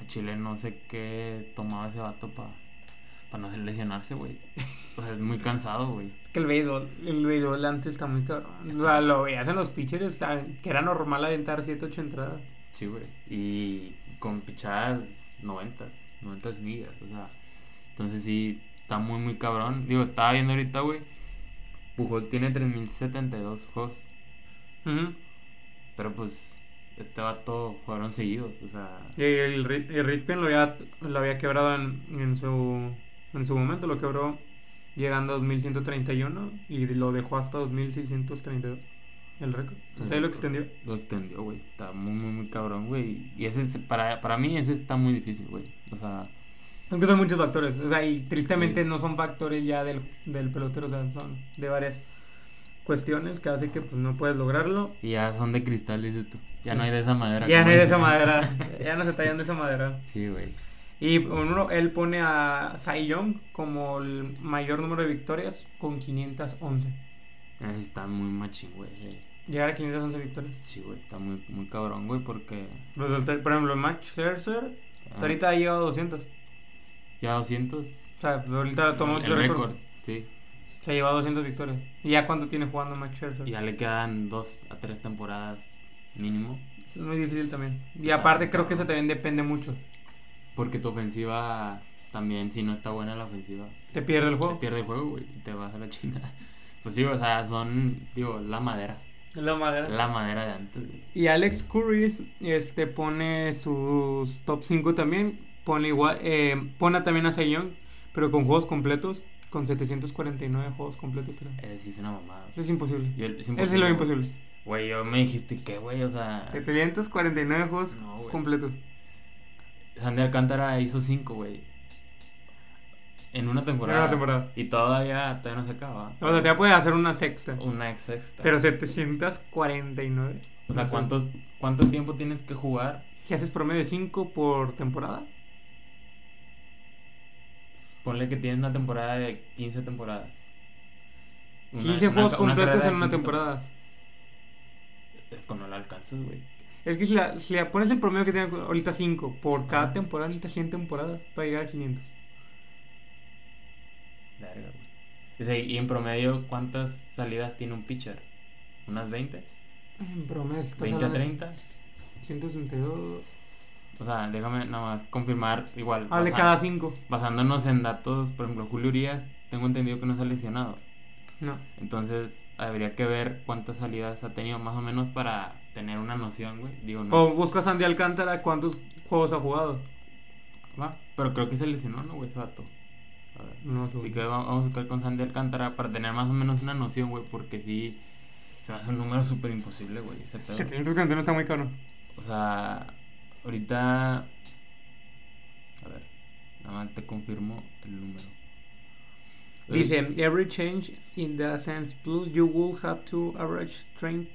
S2: A Chile no sé qué tomaba ese vato para no lesionarse, güey. O sea, es muy cansado, güey.
S1: Es que el béisbol, el béisbol antes está muy cabrón. O sea, lo veías en los pitchers, ah, que era normal aventar 7-8 entradas.
S2: Sí, güey. Y con pichadas 90, 90 millas, o sea. Entonces sí, está muy, muy cabrón. Digo, estaba viendo ahorita, güey. Pujol tiene 3072 juegos.
S1: Ujú.
S2: Pero pues, este vato jugaron seguidos, o sea.
S1: Y el, Ri- el Ripken lo había, lo había quebrado en, en su, en su momento, lo quebró llegando a 2131 y lo dejó hasta 2632. El récord. O sea, ahí lo extendió.
S2: Lo extendió, güey. Está muy, muy, muy cabrón, güey. Y ese, es- para, para mí, ese está muy difícil, güey. O sea,
S1: Aunque son muchos factores, o sea, y tristemente
S2: Sí.
S1: no son factores ya del, del pelotero, o sea, son de varias cuestiones que hace que pues no puedes lograrlo.
S2: y ya son de cristal, dices tú. Ya no hay de esa madera.
S1: Ya
S2: como
S1: no es de
S2: dicen.
S1: esa madera, ya no se está yendo esa madera.
S2: Sí, güey.
S1: Y uno, él pone a Cy Young como el mayor número de victorias con 511.
S2: Ese Está muy machín, güey. eh.
S1: Llegar a 511 victorias.
S2: Sí, güey, está muy, muy cabrón, güey, porque
S1: Los del ter- por ejemplo, Max Scherzer,
S2: Ah.
S1: ahorita ha llegado a 200. O
S2: ya 200.
S1: sea, pues, ahorita tomó su
S2: el récord,
S1: récord.
S2: sí.
S1: Se ha llevado 200 victorias. ¿Y ya cuánto tiene jugando Max Scherzer?
S2: Y ya le quedan dos a tres temporadas mínimo.
S1: Es muy difícil también. Y
S2: Está
S1: aparte
S2: muy
S1: creo que eso
S2: cabrón.
S1: también depende mucho.
S2: Porque tu ofensiva también, si no está buena la ofensiva,
S1: Te pierde el
S2: te
S1: juego.
S2: pierde el juego, güey, y te vas a la chingada. Pues sí, o sea, son, digo, la madera.
S1: Es La madera.
S2: La madera de antes, güey.
S1: Y Alex Curry este, pone sus top 5 también. Pone, igual, eh, pone también a Cy Young, pero con juegos completos. Con 749 juegos completos. creo.
S2: Eh, sí, es una mamada.
S1: Eso es imposible.
S2: Yo- es
S1: Eso es lo
S2: imposible,
S1: imposible.
S2: Güey, yo me dijiste que, güey, o sea.
S1: 749 juegos
S2: No, güey.
S1: completos.
S2: Sandy Alcántara hizo 5, güey. En una temporada.
S1: En una temporada.
S2: Y todavía, todavía no se acaba.
S1: O sea, te puedes hacer una sexta.
S2: Una ex sexta.
S1: Pero 749.
S2: O sea, ¿cuántos, ¿cuánto tiempo tienes que jugar?
S1: Si haces promedio de 5 por temporada,
S2: Ponle que tienes una temporada de 15 temporadas. Una-
S1: 15
S2: una-
S1: juegos
S2: una
S1: completos
S2: carrera
S1: en
S2: de
S1: una
S2: 15
S1: temporada.
S2: temporadas. Con no la alcanzas, güey.
S1: Es que si, la, si la pones el promedio que tiene ahorita 5 por cada temporada, ahorita 100 temporadas para llegar a 500.
S2: Verga, güey. Dice, Y en promedio, ¿cuántas salidas tiene un pitcher? ¿Unas 20?
S1: En promedio, estás
S2: ¿20 a
S1: hablando de
S2: 30?
S1: 162.
S2: O sea, déjame nada más confirmar igual.
S1: Ah, de
S2: basa-
S1: cada 5.
S2: Basándonos en datos, por ejemplo, Julio Urias, tengo entendido que no se ha lesionado.
S1: No.
S2: Entonces, habría que ver cuántas salidas ha tenido más o menos para tener una noción, güey. Digo, no.
S1: O buscas a Andy Alcántara, ¿cuántos juegos ha jugado?
S2: Va, pero creo que se lesionó, ¿no, güey? Ese vato. A ver.
S1: No, según
S2: Y que
S1: yo.
S2: va- vamos a buscar con Sandy Alcántara para tener más o menos una noción, güey, porque sí se me hace un número súper imposible, güey. ese pedo.
S1: 749 está muy caro.
S2: O sea, ahorita. A ver, nada más te confirmo el número.
S1: Dice, every change in the sense plus you will have to average train,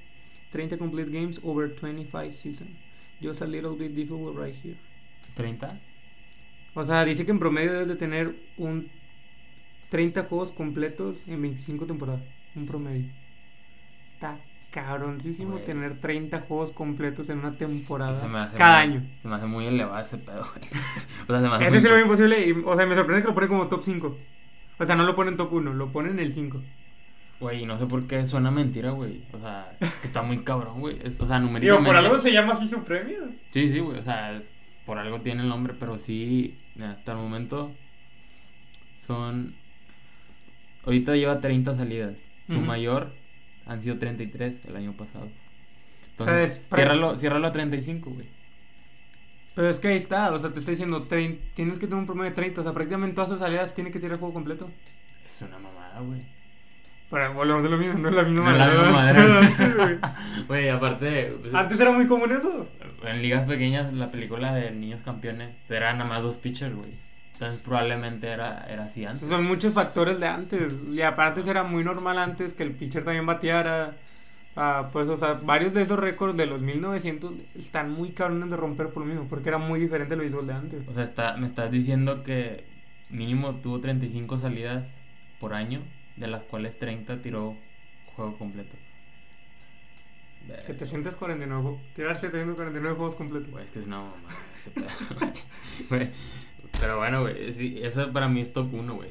S1: 30 complete games over 25 season. Just a little bit difficult right here.
S2: ¿30?
S1: O sea, dice que en promedio debes de tener un 30 juegos completos en 25 temporadas. Un promedio. Está cabroncísimo
S2: Güey.
S1: tener 30 juegos completos en una temporada
S2: Se me hace
S1: cada
S2: muy-
S1: año.
S2: Se me hace muy elevado ese pedo, güey. O sea, se me hace
S1: Eso
S2: muy
S1: sí lo veo
S2: impo-
S1: imposible. Y, o sea, me sorprende que lo pone como top 5. O sea, no lo ponen top 1, lo ponen en el 5.
S2: Güey, no sé por qué suena mentira, güey. O sea, que está muy cabrón, güey. Es- O sea, numéricamente.
S1: Digo, por algo se llama así su premio.
S2: Sí, sí, güey. O sea, es- por algo tiene el nombre, pero sí, hasta el momento son. Ahorita lleva 30 salidas. Su
S1: Ujú.
S2: mayor han sido 33 el año pasado.
S1: O sea,
S2: Entonces,
S1: es pre-
S2: ciérralo, ciérralo a 35, güey.
S1: Pero es que ahí está, o sea, te está diciendo, trein- tienes que tener un promedio de 30, o sea, prácticamente todas sus salidas tiene que tirar el juego completo.
S2: Es una mamada, güey.
S1: Pero volvemos de lo mismo, no es la misma
S2: No es la
S1: manera.
S2: misma madre. Güey, aparte. pues,
S1: Antes era muy común eso.
S2: En ligas pequeñas, la película de Niños Campeones era nada más dos pitchers, güey. Entonces probablemente era, era así antes.
S1: Son muchos factores de antes. Y aparte era muy normal antes que el pitcher también bateara. Ah, pues, o sea, varios de esos récords de los 1900 están muy cabrones de romper por lo mismo, porque era muy diferente el béisbol de antes.
S2: O sea, está, me estás diciendo que mínimo tuvo 35 salidas por año, de las cuales 30 tiró juego completo. Verga,
S1: 749, ju- tirar 749 juegos completos.
S2: güey, es que es una mamada ese pedo, güey. Pero bueno, güey, sí, eso para mí es top 1, güey.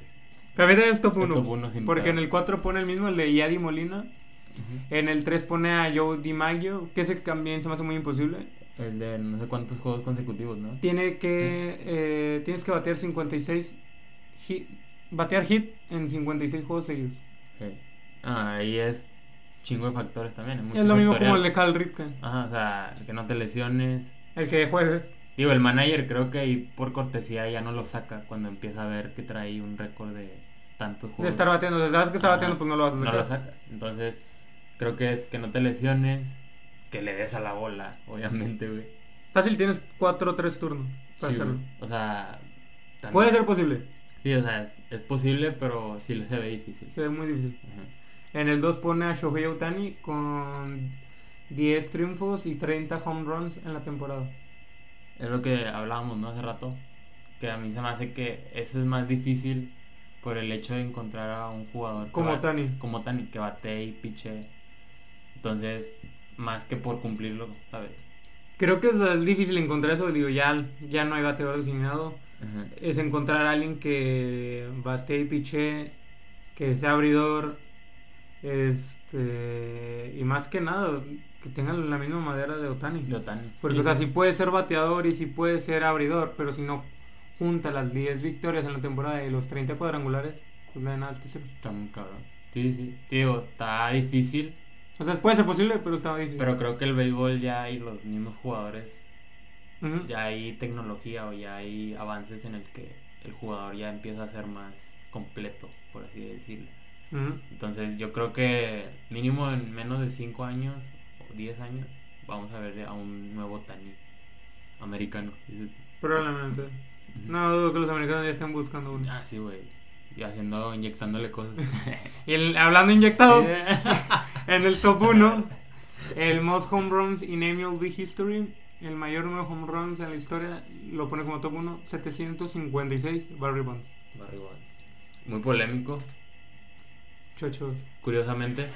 S1: Pero mí es top
S2: Es
S1: 1.
S2: top uno sin
S1: porque
S2: pedo.
S1: en el 4 pone el mismo, el de Yadi Molina. En el 3 pone a Joe DiMaggio, que ese también se me hace muy imposible.
S2: El de no sé cuántos juegos consecutivos, ¿no?
S1: Tiene que, eh, tienes que batear 56 hit, batear hit en 56 juegos seguidos.
S2: Sí. Ah, ahí es chingo de factores también. Es,
S1: es lo mismo
S2: multifactorial.
S1: como el de Cal Ripken,
S2: Ajá, o sea, que no te lesiones.
S1: el que jueves.
S2: Digo, el manager creo que ahí por cortesía ya no lo saca cuando empieza a ver que trae un récord de tantos juegos.
S1: De estar bateando, si sabes que está
S2: Ajá,
S1: bateando, pues no lo vas a
S2: No
S1: sacar.
S2: lo sacas. Entonces, creo que es que no te lesiones, que le des a la bola, obviamente, güey.
S1: Fácil, tienes 4 o 3 turnos para
S2: Sí,
S1: hacerlo.
S2: güey. O sea, también-
S1: Puede ser posible,
S2: Sí, o sea, es, es posible, pero sí se ve difícil.
S1: se ve muy difícil.
S2: Ajá.
S1: En el 2 pone a Shohei Ohtani con 10 triunfos y 30 home runs en la temporada.
S2: Es lo que hablábamos, ¿no? Hace rato. Que a mí se me hace que eso es más difícil por el hecho de encontrar a un jugador. que
S1: Como
S2: ba-
S1: Tani.
S2: Como Tani, que bate y piche. Entonces, más que por cumplirlo, ¿sabes?
S1: Creo que es difícil encontrar eso, digo, ya, ya no hay bateador designado.
S2: Ajá.
S1: es encontrar a alguien que bate y piche, que sea abridor, este, y más que nada, que tengan la misma madera de Otani.
S2: Yo Tani.
S1: Porque, o sea, sí puede ser bateador y sí puede ser abridor, pero si no junta las 10 victorias en la temporada y los 30 cuadrangulares, pues no hay nada que sirve.
S2: Está muy cabrón. Sí, sí. sí. Digo, está difícil.
S1: O sea, puede ser posible, pero está difícil.
S2: Pero creo que el béisbol ya hay los mismos jugadores.
S1: Ujú.
S2: Ya hay tecnología o ya hay avances en el que el jugador ya empieza a ser más completo, por así decirlo.
S1: Ujú.
S2: Entonces yo creo que mínimo en menos de 5 años o 10 años vamos a ver a un nuevo Tani americano. dices tú.
S1: Probablemente.
S2: Ujú.
S1: No dudo que los americanos ya estén buscando uno.
S2: Ah, sí, güey. Y haciendo, inyectándole cosas.
S1: Y el- hablando inyectados, En el top 1, el most home runs in MLB history, el mayor número de home runs en la historia, lo pone como top 1, 756 Barry Bonds.
S2: Barry Bonds. Muy polémico.
S1: Chochos.
S2: Curiosamente,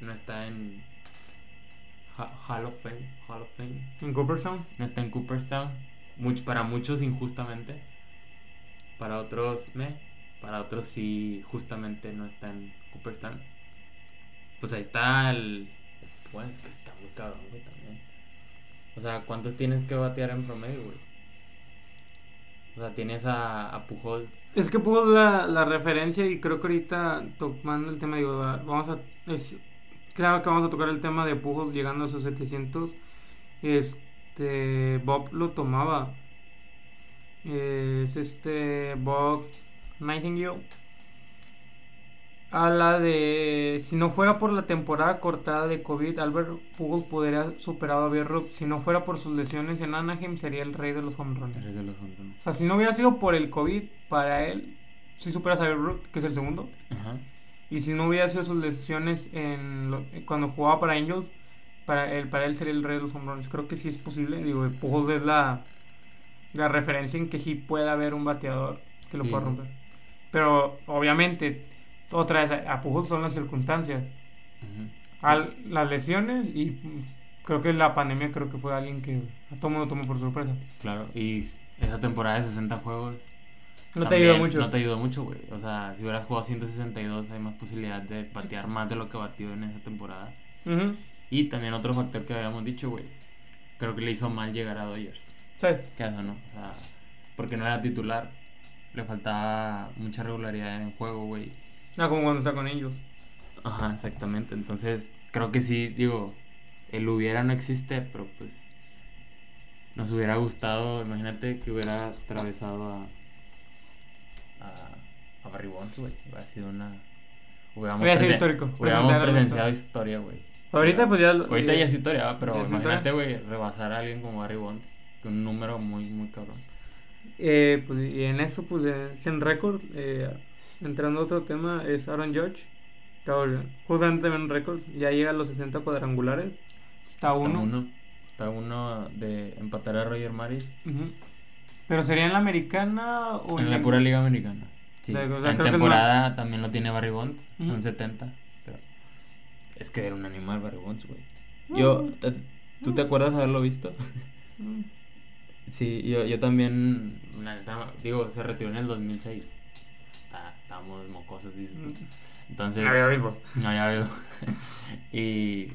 S2: no está en Ha- Hall of Fame. Hall of Fame.
S1: En Cooperstown,
S2: No está en Cooperstown. Much- para muchos injustamente. Para otros me. Para otros sí justamente no está en Cooperstown. Pues ahí está el... Bueno, es que está muy cabrón, güey, también. O sea, ¿cuántos tienes que batear en promedio, güey? O sea, tienes a, a Pujols.
S1: Es que pudo la, la referencia y creo que ahorita tomando el tema, digo, va- vamos a... Es, claro que vamos a tocar el tema de Pujols llegando a sus 700. Este... Bob lo tomaba. Es este... Bob Nightingale. A la de... Si no fuera por la temporada cortada de COVID, Albert Pujols podría superado a Babe Ruth. Si no fuera por sus lesiones en Anaheim, sería el rey de los home runs.
S2: de los
S1: O sea, si no hubiera sido por el COVID, para él, sí superas a Babe Ruth, que es el segundo.
S2: Ajá.
S1: Y si no hubiera sido sus lesiones en lo- cuando jugaba para Angels, para él, para él sería el rey de los home runs. Creo que sí es posible. Digo, Pujols es la, la referencia en que sí puede haber un bateador que lo
S2: Sí,
S1: pueda
S2: sí.
S1: romper. Pero obviamente, otra vez, a Pujols son las circunstancias.
S2: Ujú.
S1: Al- las lesiones y mm, creo que la pandemia creo que fue alguien que a todo mundo tomó por sorpresa.
S2: Claro, y esa temporada de 60 juegos.
S1: No te
S2: también
S1: ayudó mucho.
S2: No te ayudó mucho, güey. O sea, si hubieras jugado 162, hay más posibilidad de patear más de lo que batió en esa temporada.
S1: Ujú.
S2: Y también otro factor que habíamos dicho, güey. Creo que le hizo mal llegar a Dodgers.
S1: Sí.
S2: Que eso no. O sea, porque no era titular. Le faltaba mucha regularidad en el juego, güey.
S1: No, como cuando está con ellos.
S2: Ajá, exactamente. Entonces, creo que sí, digo, el hubiera no existe, pero pues nos hubiera gustado, imagínate que hubiera atravesado a a, a Barry Bonds, güey. Hubiera sido una hubiéramos,
S1: Hubiera sido
S2: presen-
S1: histórico.
S2: hubiéramos
S1: Presenciar algo
S2: presenciado historia, güey.
S1: Ahorita, pues, ya-
S2: Ahorita
S1: ya-
S2: ya es historia, ¿va? pero
S1: ya es
S2: imagínate,
S1: historia.
S2: güey, rebasar a alguien como Barry Bonds con un número muy muy cabrón.
S1: Eh, pues, y en eso, pues, de 100 récord, eh, entrando a otro tema, es Aaron Judge. que ahora- Justamente en récords, ya llega a los 60 cuadrangulares. Está uno.
S2: Está uno de empatar a Roger Maris
S1: Ujú. Pero sería en la americana o
S2: En la pura liga americana. Sí.
S1: La- o sea,
S2: en
S1: creo que es
S2: temporada también lo tiene Barry Bonds,
S1: Ujú.
S2: un 70. Pero es que era un animal Barry Bonds, güey.
S1: No,
S2: Yo,
S1: no.
S2: eh, ¿tú te acuerdas haberlo visto?
S1: Mm.
S2: sí, yo, yo también, la neta, digo, se retiró en el 2006. Está- Estábamos mocosos, dices
S1: mm.
S2: tú. Entonces,
S1: No había béisbol.
S2: no Ah, ya veo. y,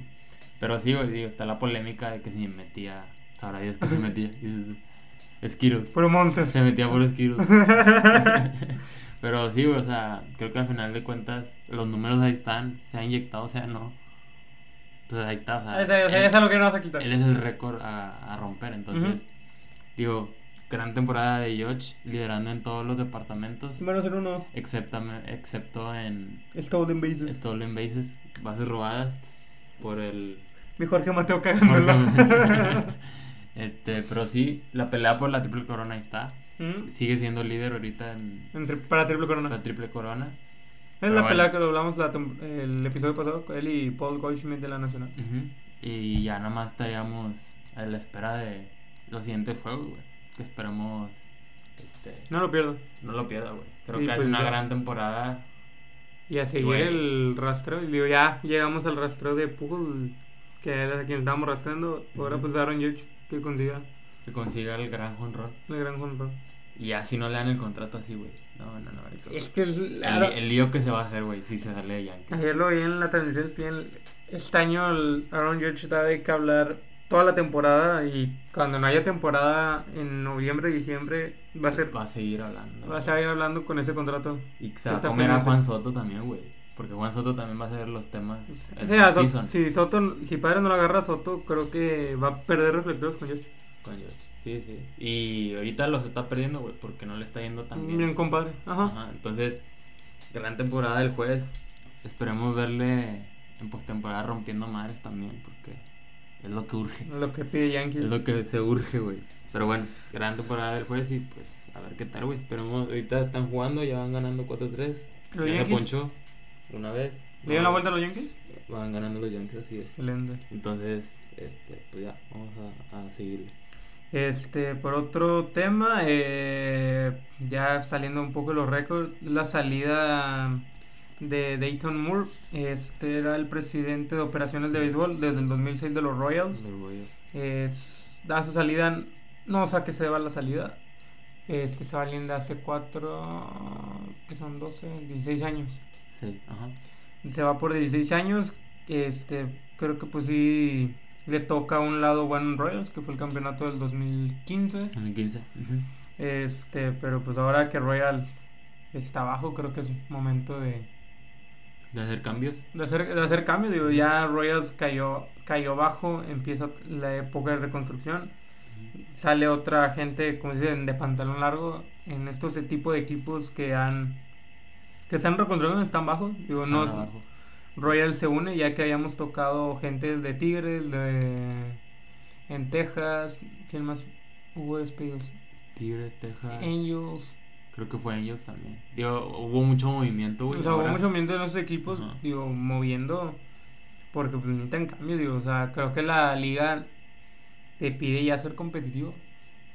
S2: pero sí, güey, digo, está la polémica de que si metía, sabrá Dios que se metía. dices tú. Esquiros.
S1: Puro Montes.
S2: Se metía por Esquiros. Pero sí, güey, o sea, creo que al final de cuentas los números ahí están, se ha inyectado, o sea, no. Pues ahí está, o sea,
S1: Esa- esa-
S2: él,
S1: esa es lo que no vas a quitar.
S2: él es el récord a, a romper, entonces,
S1: Ujú.
S2: digo, gran temporada de George liderando en todos los departamentos,
S1: Menos en uno.
S2: excepto, excepto en
S1: El Stolen Bases.
S2: stolen bases, bases robadas por el
S1: Mi Jorge Mateo
S2: por
S1: cagándola.
S2: el- este, pero sí, la pelea por la triple corona ahí está.
S1: Mm.
S2: Sigue siendo líder ahorita en
S1: Entre- para triple corona.
S2: la triple corona.
S1: Es
S2: Pero
S1: la
S2: bueno.
S1: pelea que lo hablamos la tem- el episodio pasado, con él y Paul Goldschmidt de la Nacional.
S2: Ujú. Y ya nada más estaríamos a la espera de los siguientes juegos, güey. Que esperemos este,
S1: No lo pierdo.
S2: no lo pierda, güey. Creo
S1: Sí,
S2: que
S1: pues
S2: hace una
S1: ya.
S2: gran temporada.
S1: Y a seguir
S2: Güey.
S1: el rastreo. Y digo, ya llegamos al rastreo de Pugel, que era a quien estábamos rastreando. Ahora
S2: Ujú.
S1: pues Aaron Judge, que consiga
S2: Que consiga el gran honrón.
S1: el gran compra.
S2: Y así no le dan el contrato así, güey. No, no, no. marico.
S1: que es...
S2: El, el lío que se va a hacer, güey, si se sale de Yankees.
S1: Ayer lo vi en la transmisión ESPN, Este año el Aaron Judge está de que hablar toda la temporada y cuando no haya temporada en noviembre, diciembre, va a ser
S2: Va a seguir hablando.
S1: va a seguir hablando con ese contrato.
S2: Y se va a
S1: Está
S2: comer a
S1: pendiente.
S2: Juan Soto también, güey. Porque Juan Soto también va a hacer los temas.
S1: O
S2: el
S1: sea, Pues, Soto-
S2: season
S1: si Soto, si Padre no lo agarra a Soto, creo que va a perder reflectores con Judge.
S2: con George. Sí, sí. Y ahorita los está perdiendo, güey, porque no le está yendo tan bien.
S1: Bien, compadre. Ajá.
S2: Ajá, Entonces, gran temporada del juez. Esperemos verle en postemporada rompiendo madres también, porque es lo que urge.
S1: Lo que pide Yankees.
S2: Es lo que se urge, güey. Pero bueno, gran temporada del juez y pues a ver qué tal, güey. Esperemos, ahorita están jugando, ya van ganando 4-3.
S1: Los
S2: Ya se
S1: Yankees.
S2: ponchó una vez.
S1: ¿Le dieron la vuelta a los Yankees?
S2: Van ganando los Yankees, así es.
S1: Excelente.
S2: Entonces, este, pues ya, vamos a, a seguirle.
S1: Este, por otro tema, eh, ya saliendo un poco de los récords, la salida de Dayton Moore, este era el presidente de operaciones de béisbol desde el 2006 de los Royals.
S2: Del Royals.
S1: Es- da su salida, no o sea que se va la salida, este se va alguien de hace 4, que son 12, 16 años.
S2: Sí, ajá.
S1: Se va por 16 años, este creo que pues sí le toca a un lado bueno en Royals, que fue el campeonato del 2015.
S2: En el 15. ujú.
S1: Este, pero pues ahora que Royals está abajo, creo que es momento de,
S2: De hacer cambios.
S1: de hacer, de hacer cambios. Digo, ya Royals cayó, cayó bajo, empieza la época de reconstrucción. Sale otra gente, como dicen, de pantalón largo en estos e, tipo de equipos que han que se han reconstruido, están bajos. Digo, no,
S2: Están abajo.
S1: Royals se une ya que habíamos tocado gente de Tigres, de en Texas, ¿quién más hubo despedidos?
S2: Tigres, Texas.
S1: Angels.
S2: Creo que fue Angels también. Digo, hubo mucho movimiento, güey.
S1: O sea, hubo
S2: ahora.
S1: mucho movimiento en esos equipos,
S2: Ajá.
S1: digo, moviendo, porque pues, necesitan cambios, digo, o sea, creo que la liga te pide ya ser competitivo.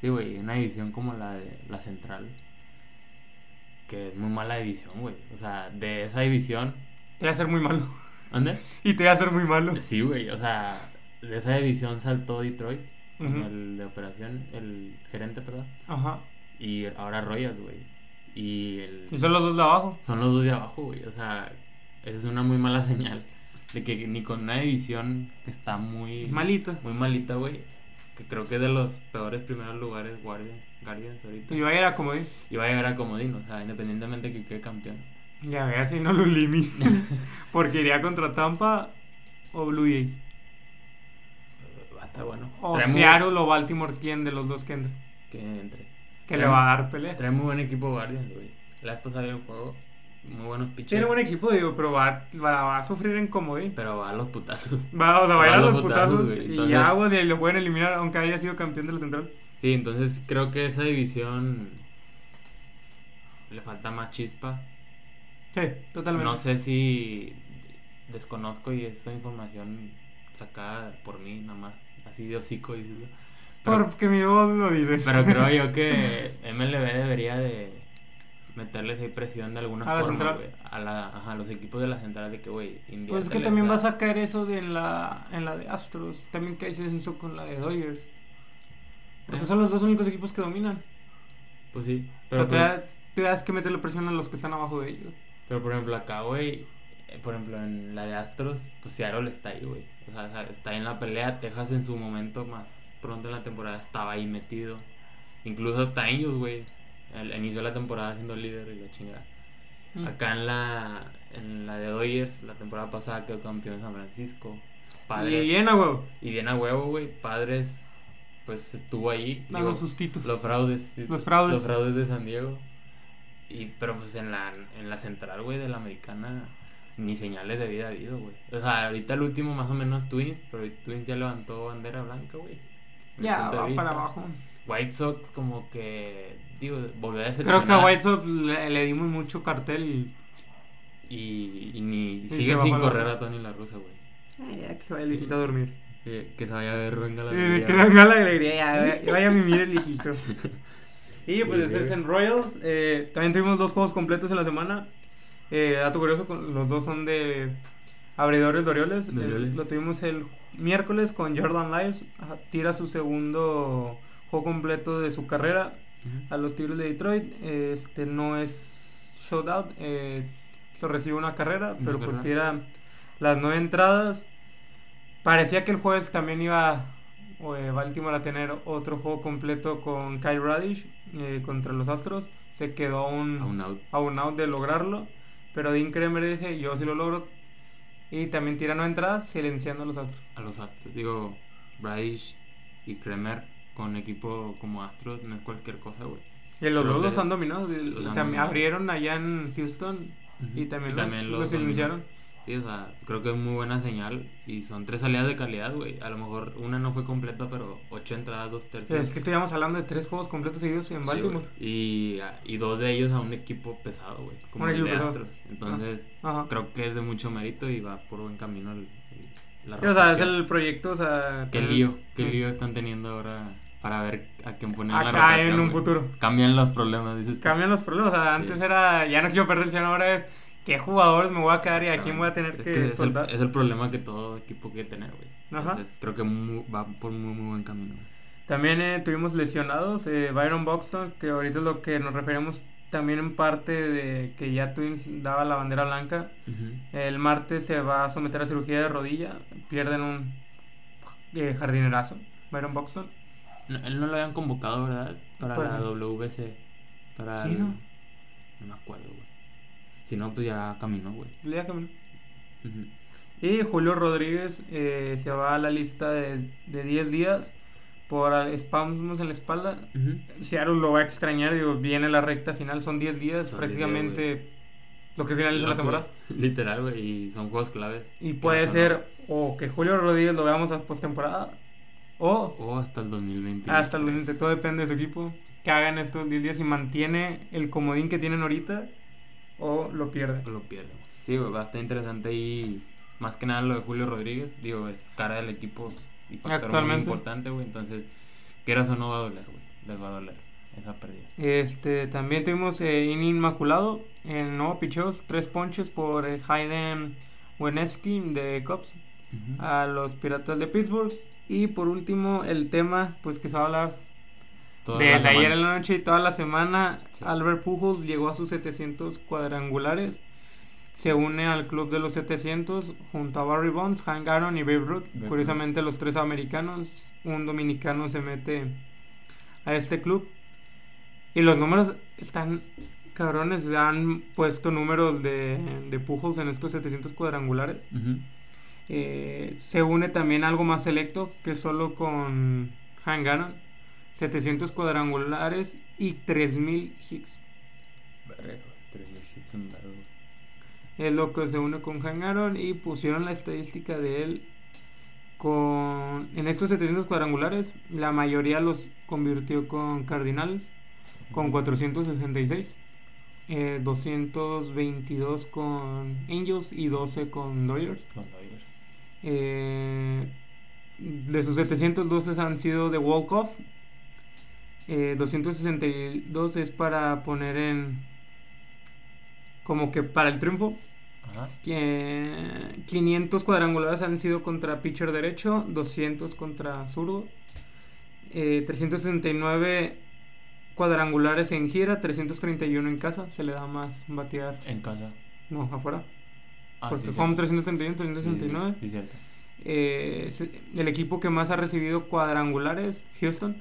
S2: Sí, güey, una división como la de la Central. Que es muy mala división, güey. O sea, de esa división
S1: Te va a ser muy malo.
S2: ¿Ande?
S1: Y te va a hacer muy malo.
S2: Sí, güey, o sea, de esa división saltó Detroit, como
S1: Ujú.
S2: el de operación, el gerente, perdón,
S1: Ajá.
S2: y ahora Royals, güey. Y, el-
S1: Y son los dos de abajo.
S2: son los dos de abajo, güey, o sea, es una muy mala señal de que ni con una división que está muy
S1: Malita.
S2: muy malita, güey, que creo que es de los peores primeros lugares Guardians, Guardians ahorita.
S1: Y vaya era como dice.
S2: Y va a llegar a comodín, o sea, independientemente de que quede campeón.
S1: Ya veas si no lo elimina. Porque iría contra Tampa o Blue Jays.
S2: Va a estar bueno.
S1: O
S2: Trae muy-
S1: Oh, Seattle o Baltimore, ¿quién de los dos que entra?
S2: Que entre.
S1: Que
S2: Trae-
S1: le va a dar pelea.
S2: Trae muy buen equipo Guardians, güey. La vez pasada vi un juego, muy buenos pitchers.
S1: Tiene buen equipo, digo, pero va, va, va a sufrir en comodín.
S2: Pero va a los putazos.
S1: Va, o sea, va a ir a
S2: Van
S1: los
S2: los
S1: putazos,
S2: putazos, güey,
S1: y
S2: entonces-
S1: ya, güey, y lo pueden eliminar, aunque haya sido campeón de la central.
S2: Sí, entonces creo que esa división le falta más chispa.
S1: Sí, totalmente.
S2: No sé si desconozco y es una información sacada por mí, nada más. Así de hocico, dices. Pero-
S1: Porque mi voz lo dice.
S2: Pero creo yo que MLB debería de meterles ahí presión de alguna
S1: A la
S2: forma,
S1: central.
S2: güey. A, la, ajá, a los equipos de la central de que, güey,
S1: Pues es que
S2: inviértele,
S1: también
S2: o sea,
S1: vas a caer eso de en la, en la de Astros. También caes en eso con la de Dodgers. Porque
S2: Eh.
S1: son los dos únicos equipos que dominan.
S2: Pues sí, pero,
S1: Pero te,
S2: pues-
S1: das, te das que meterle presión a los que están abajo de ellos.
S2: pero por ejemplo acá, güey, eh, por ejemplo en la de Astros, pues Seattle está ahí, güey. O sea, sa- está ahí en la pelea. Texas en su momento más pronto en la temporada estaba ahí metido. Incluso hasta Angels, güey. al- Inició la temporada siendo líder y la chingada.
S1: Mm.
S2: Acá en la, en la de Dodgers, la temporada pasada quedó campeón San Francisco.
S1: Y
S2: Padres,
S1: bien, a huevo.
S2: Y bien a huevo, güey. Padres, pues estuvo ahí.
S1: A
S2: digo,
S1: los sustitos.
S2: los fraudes.
S1: Los fraudes.
S2: Los fraudes de San Diego. Y, pero pues en la, en la central, güey, de la americana, ni señales de vida ha habido, güey. O sea, ahorita el último más o menos Twins, pero Twins ya levantó bandera blanca, güey. Mi
S1: ya,
S2: punto de
S1: va
S2: vista.
S1: para abajo.
S2: White Sox como que, digo, volvió a
S1: Creo
S2: decepcionar.
S1: que a White Sox le, le dimos mucho cartel y...
S2: Y, y ni
S1: Y se
S2: siguen
S1: bajó
S2: sin
S1: la
S2: correr
S1: barra.
S2: a Tony La Russa, güey.
S1: Ay, ya que se vaya el hijito a dormir.
S2: Que, que se vaya a ver, venga la
S1: Y de
S2: alegría,
S1: que
S2: güey.
S1: venga la alegría, ya, ve- vaya a mimir el hijito. Y
S2: Muy
S1: pues después
S2: bien.
S1: en Royals, eh, también tuvimos dos juegos completos en la semana. Eh, dato curioso, con- los dos son de abridores de Orioles.
S2: De
S1: El-
S2: Orioles.
S1: lo tuvimos el miércoles con Jordan Lyles. ajá, Tira su segundo juego completo de su carrera a los Tigres de Detroit. Este no es shoutout, eh, se recibe una carrera,
S2: Una
S1: pero pues
S2: carrera.
S1: tira las nueve entradas. Parecía que el jueves también iba eh, Baltimore a tener otro juego completo con Kyle Radish eh, contra los Astros. Se quedó a un,
S2: A un out.
S1: a un out de lograrlo, pero Dean Kremer dice: Yo sí lo logro. Y también tira nueve entradas, silenciando a los Astros.
S2: a los Astros. Digo, Bradish y Kremer con equipo como Astros no es cualquier cosa, güey.
S1: Y los
S2: Los
S1: dos
S2: de-
S1: los han dominado.
S2: los han
S1: también
S2: dominado.
S1: abrieron allá en Houston y
S2: Ujú.
S1: también, los- los,
S2: dominó.
S1: silenciaron.
S2: Sí, o sea, creo que es muy buena señal y son tres salidas de calidad, güey. A lo mejor una no fue completa, pero ocho entradas, dos tercias.
S1: Es que estuvimos hablando de tres juegos completos seguidos en
S2: Sí,
S1: Baltimore.
S2: güey. y, ah, y dos de ellos a un equipo pesado, güey. Como
S1: Un
S2: el de
S1: equipo pesado.
S2: Astros. Entonces,
S1: Ajá.
S2: creo que es de mucho mérito y va por buen camino el- el- la
S1: Sí, o sea, es
S2: rotación.
S1: el proyecto, o sea...
S2: Qué
S1: también-
S2: lío, qué
S1: sí.
S2: lío están teniendo ahora para ver a quién poner en la
S1: Mm. Acá en
S2: rotación,
S1: un
S2: güey.
S1: futuro.
S2: Cambian los problemas, dices. tú.
S1: Cambian los problemas, o sea, antes
S2: Sí.
S1: era... Ya no quiero perder, sino ahora es... ¿Qué jugadores me voy a quedar y a quién voy a tener
S2: Es
S1: que,
S2: es el,
S1: soltar?
S2: es el problema que todo equipo quiere tener, güey.
S1: Ajá.
S2: Entonces, creo que mu- va por muy, muy buen camino.
S1: También eh, tuvimos lesionados, eh, Byron Buxton, que ahorita es lo que nos referimos también en parte de que ya Twins daba la bandera blanca. El martes se va a someter a cirugía de rodilla, pierden un eh, jardinerazo, Byron Buxton.
S2: No, él no lo habían convocado, ¿verdad? Para la
S1: ¿Para qué?
S2: WBC. Para
S1: Sí,
S2: el-
S1: ¿no?
S2: No me acuerdo, güey. Si no, pues ya caminó, güey.
S1: Le da camino.
S2: Ujú.
S1: Y Julio Rodríguez eh, se va a la lista de de 10 días por al- espasmos en la espalda.
S2: Ujú.
S1: Seattle lo va a extrañar, digo, viene la recta final, son 10 días,
S2: Son 10
S1: prácticamente
S2: días,
S1: lo que finaliza la
S2: Loco,
S1: temporada.
S2: güey. Literal, güey. Y son juegos claves.
S1: Y
S2: Que
S1: puede
S2: no son-
S1: ser o que Julio Rodríguez lo veamos a postemporada o
S2: O Oh, hasta el 2020.
S1: hasta el límite, todo depende de su equipo, que hagan estos 10 días y mantiene el comodín que tienen ahorita o lo pierde.
S2: lo pierdo. Sí, güey, bastante interesante y más que nada lo de Julio Rodríguez, digo, es cara del equipo y factor muy
S1: Actualmente.
S2: importante, güey, entonces, quieras o no va a doler, güey, les va a doler esa pérdida.
S1: Este, también tuvimos eh, inning inmaculado en nuevo picheos, tres ponches por eh, Hayden Weneski de Cubs
S2: Ujú.
S1: a los Piratas de Pittsburgh. Y por último, el tema pues que se va a hablar
S2: Toda
S1: desde
S2: la
S1: ayer
S2: semana.
S1: en la noche y toda la semana.
S2: Sí.
S1: Albert Pujols llegó a sus 700 cuadrangulares. Se une al club de los 700 junto a Barry Bonds, Hank Aaron y Babe Ruth.
S2: Babe
S1: Curiosamente, los tres americanos. Un dominicano se mete a este club. Y los números están cabrones. Han puesto números de, de Pujols en estos 700 cuadrangulares.
S2: Ujú.
S1: Eh, se une también algo más selecto que solo con Hangaron. 700 cuadrangulares y 3000 hits.
S2: Verga, güey, 3.000 hits en verga, güey.
S1: Es lo que se une con Hangaron y pusieron la estadística de él con... En estos 700 cuadrangulares, la mayoría los convirtió con Cardinales, con 466, eh, 222 con Angels y 12 con Dodgers.
S2: Con Dodgers.
S1: Eh, de sus 712 han sido de walk-off. Eh, 262 es para poner en. como que para el triunfo.
S2: Ajá.
S1: Que- 500 cuadrangulares han sido contra pitcher derecho, 200 contra zurdo. Eh, 369 cuadrangulares en gira, 331 en casa. Se le da más batear.
S2: En casa.
S1: No, afuera.
S2: Ah,
S1: porque
S2: sí,
S1: home
S2: cierto.
S1: 331, 369.
S2: Sí, sí, cierto.
S1: Eh, se- el equipo que más ha recibido cuadrangulares, Houston.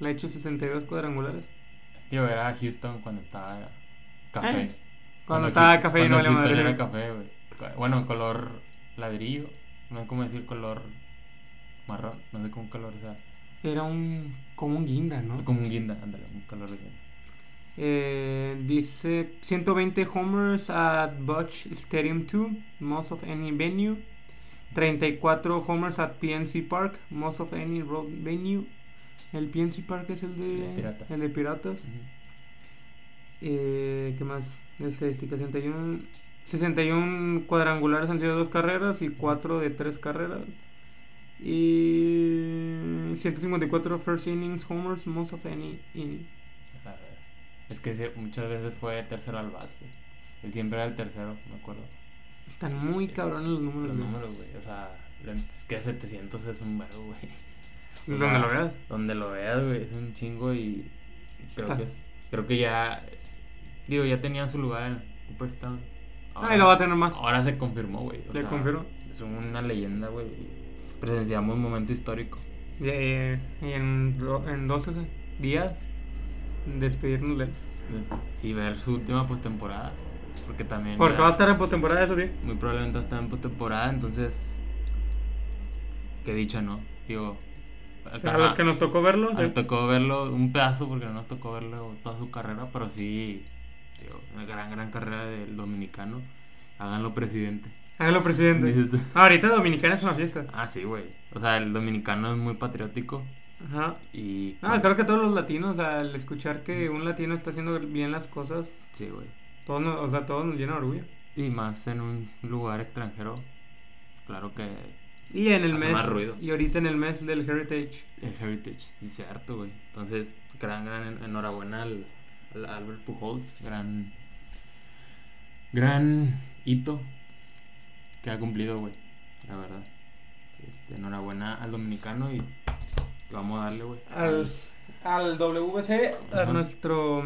S1: Le ha hecho 62 cuadrangulares.
S2: Yo era a Houston cuando estaba café.
S1: Eh, cuando estaba
S2: Houston-
S1: café y no
S2: cuando
S1: valía
S2: Houston
S1: madre.
S2: era café, güey. Co- Bueno, color ladrillo. No sé cómo decir color marrón. No sé cómo color sea.
S1: Era un como un guinda, ¿no?
S2: Como un guinda, ándale, un color de guinda.
S1: Eh, dice 120 homers at Butch Stadium 2, most of any venue. 34 homers at PNC Park, most of any road venue. El PNC Park es el de,
S2: De Piratas.
S1: El de piratas.
S2: Ujú.
S1: Eh, ¿Qué más? Estadística, 61, 61 cuadrangulares han sido dos carreras y 4 de tres carreras. Y 154 first innings, homers, most of any inning.
S2: A ver. Es que se- muchas veces fue tercero al bat, güey. Él siempre era el tercero, me acuerdo.
S1: Están muy cabrones los
S2: Los
S1: números. güey.
S2: números, güey. O sea, lo- es que 700 es un verbo, güey.
S1: Es
S2: O
S1: donde
S2: sea,
S1: lo veas.
S2: Donde lo veas, güey. Es un chingo y creo
S1: Está-
S2: que, es, creo que ya. Digo, ya tenía su lugar en Cooperstown.
S1: Ah, y lo va a tener más.
S2: Ahora se confirmó, güey. o
S1: Se
S2: sea,
S1: confirmó.
S2: Es una leyenda, güey. Presenciamos un momento histórico.
S1: Y, eh, y en, do- en 12 días, despedirnos de él.
S2: Y ver su última postemporada. Porque también.
S1: Porque
S2: ya-
S1: va a estar en postemporada, eso sí.
S2: Muy probablemente está en postemporada, entonces. Qué dicha, ¿no? Digo. al
S1: A los
S2: carna-
S1: que nos tocó verlo, sí.
S2: nos tocó verlo un pedazo porque no nos tocó verlo toda su carrera, pero sí. digo, una gran, gran carrera del dominicano. Háganlo presidente.
S1: hágalo presidente.
S2: Dices tú.
S1: Ahorita Dominicana es una fiesta.
S2: Ah, sí, güey. O sea, el dominicano es muy patriótico
S1: Ajá.
S2: y.
S1: Ah, creo que todos los latinos, al escuchar que un latino está haciendo bien las cosas,
S2: Sí, güey.
S1: todos nos, o sea, todos nos llena de orgullo.
S2: Y más en un lugar extranjero. Claro que
S1: Y en el
S2: Hace
S1: mes,
S2: más ruido.
S1: y ahorita en el mes del Heritage,
S2: El Heritage, sí, cierto, güey. Entonces, gran, gran en- enhorabuena al, al Albert Pujols. Gran. Gran hito que ha cumplido, güey. La verdad. Este, enhorabuena al dominicano y vamos a darle, güey.
S1: al, al WC, a
S2: Ajá.
S1: nuestro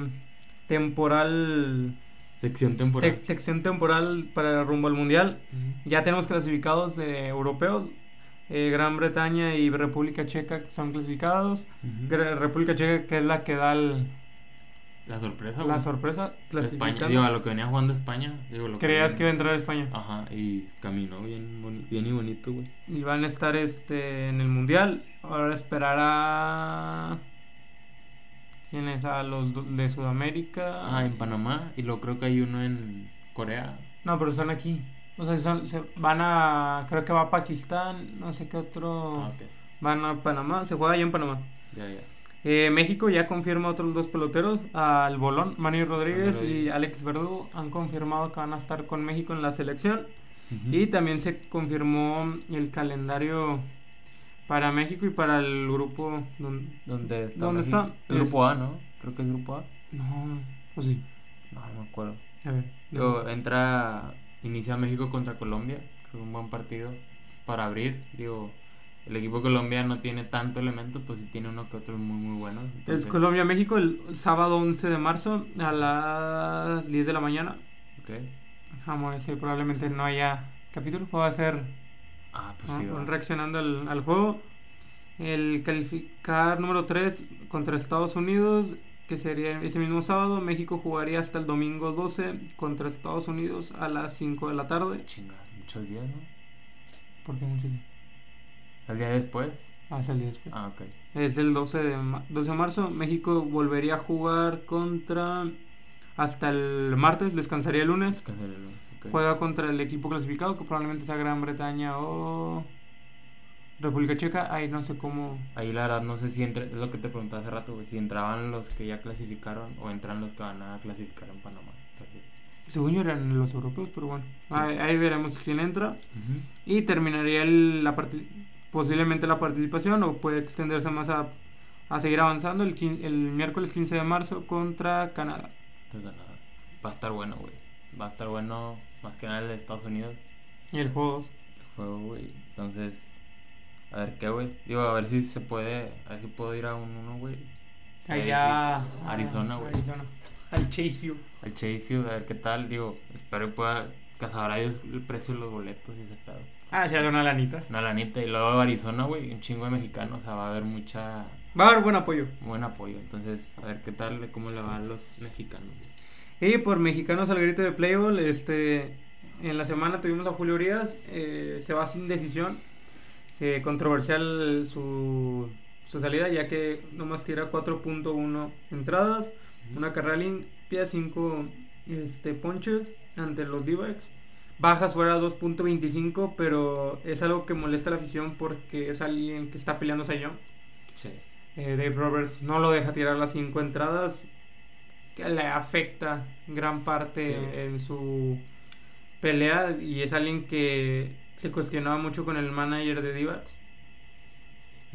S1: temporal,
S2: Sección temporal.
S1: sec- sección temporal para rumbo al mundial.
S2: Ujú.
S1: Ya tenemos clasificados de europeos. eh, Gran Bretaña y República Checa son clasificados.
S2: Ujú.
S1: Gre- República Checa, que es la que da el-
S2: La sorpresa, güey.
S1: la sorpresa,
S2: Ah, España,
S1: clasificada.
S2: digo, a lo que venía jugando España. Digo, lo
S1: Creías
S2: venía-
S1: que iba a entrar a España.
S2: Ajá, y caminó bien, boni- bien y bonito, güey.
S1: Y van a estar este en el mundial. Ahora esperar a. ¿Quiénes? A los do- de Sudamérica.
S2: Ah, en Panamá. Y luego creo que hay uno en Corea.
S1: No, pero están aquí. O sea, son- se van a. Creo que va a Pakistán, no sé qué otro.
S2: Ah, ok.
S1: Van a Panamá, se juega allá en Panamá.
S2: Ya, ya.
S1: Eh, México ya confirma otros dos peloteros, al Bolón, Manny Rodríguez y
S2: Rodríguez.
S1: Alex Verdugo han confirmado que van a estar con México en la selección. Y también se confirmó el calendario para México y para el grupo don-
S2: ¿Dónde está?
S1: ¿Dónde
S2: México?
S1: está?
S2: El grupo A, ¿no? Creo que es grupo A.
S1: No, pues sí.
S2: No, no me acuerdo.
S1: A ver.
S2: Yo, entra inicia México contra Colombia, creo que un buen partido para abrir, digo, el equipo colombiano tiene tanto elemento, pues sí tiene uno que otro muy muy bueno.
S1: Es
S2: entonces-
S1: Colombia-México el sábado 11 de marzo a las 10 de la mañana.
S2: Ok.
S1: Vamos a decir, probablemente no haya capítulo, va a ser
S2: Ah, pues
S1: ¿no?
S2: sí.
S1: un
S2: va.
S1: reaccionando al, al juego. El calificar número 3 contra Estados Unidos, que sería ese mismo sábado. México jugaría hasta el domingo 12 contra Estados Unidos a las 5 de la tarde.
S2: Chinga, muchos días, ¿no?
S1: ¿Por qué mucho?
S2: El día después.
S1: Ah, salí después.
S2: Ah, ok.
S1: Es el 12 de, ma- 12 de marzo. México volvería a jugar contra hasta el martes, descansaría el lunes.
S2: Es que hacer el- ok.
S1: Juega contra el equipo clasificado, que probablemente sea Gran Bretaña o República Checa. Ahí no sé cómo.
S2: Ahí la verdad no sé si entre, es lo que te preguntaba hace rato, güey, si entraban los que ya clasificaron o entran los que van a clasificar en Panamá. Entonces,
S1: Según yo eran los europeos, pero bueno. Ahí, ahí veremos quién entra.
S2: ujú.
S1: Y terminaría el- la parti- posiblemente la participación o puede extenderse más a, a seguir avanzando el, quin- el miércoles 15 de marzo contra Canadá.
S2: Entonces, nada, pues, Va a estar bueno, güey. Va a estar bueno, más que nada el de Estados Unidos,
S1: Y el juego dos.
S2: el juego, güey. Entonces, a ver qué, güey. Digo, a ver si se puede, a ver si puedo ir a un uno, güey.
S1: Allá.
S2: a Arizona,
S1: a-
S2: güey.
S1: Arizona. Al Chase View.
S2: Al Chase Field, a ver qué tal. Digo, espero que pueda, que sabrá Dios el precio de los boletos y ese pedo.
S1: Ah, se hace una lanita.
S2: Una lanita y luego Arizona, güey, un chingo de mexicanos, o sea, va a haber mucha
S1: Va a haber buen apoyo.
S2: buen apoyo. Entonces, a ver qué tal, cómo le van los mexicanos.
S1: Y por mexicanos al grito de Playboy, este, en la semana tuvimos a Julio Urias, eh, se va sin decisión. Eh, controversial su, su salida, ya que nomás tira 4.1 entradas, una carrera limpia, 5 este, ponches ante los d Baja su era 2.25, pero es algo que molesta a la afición porque es alguien que está peleando Sayón.
S2: Sí.
S1: Eh, Dave Roberts no lo deja tirar las cinco entradas, que le afecta gran parte
S2: Sí.
S1: en su pelea y es alguien que se cuestionaba mucho con el manager de Divax,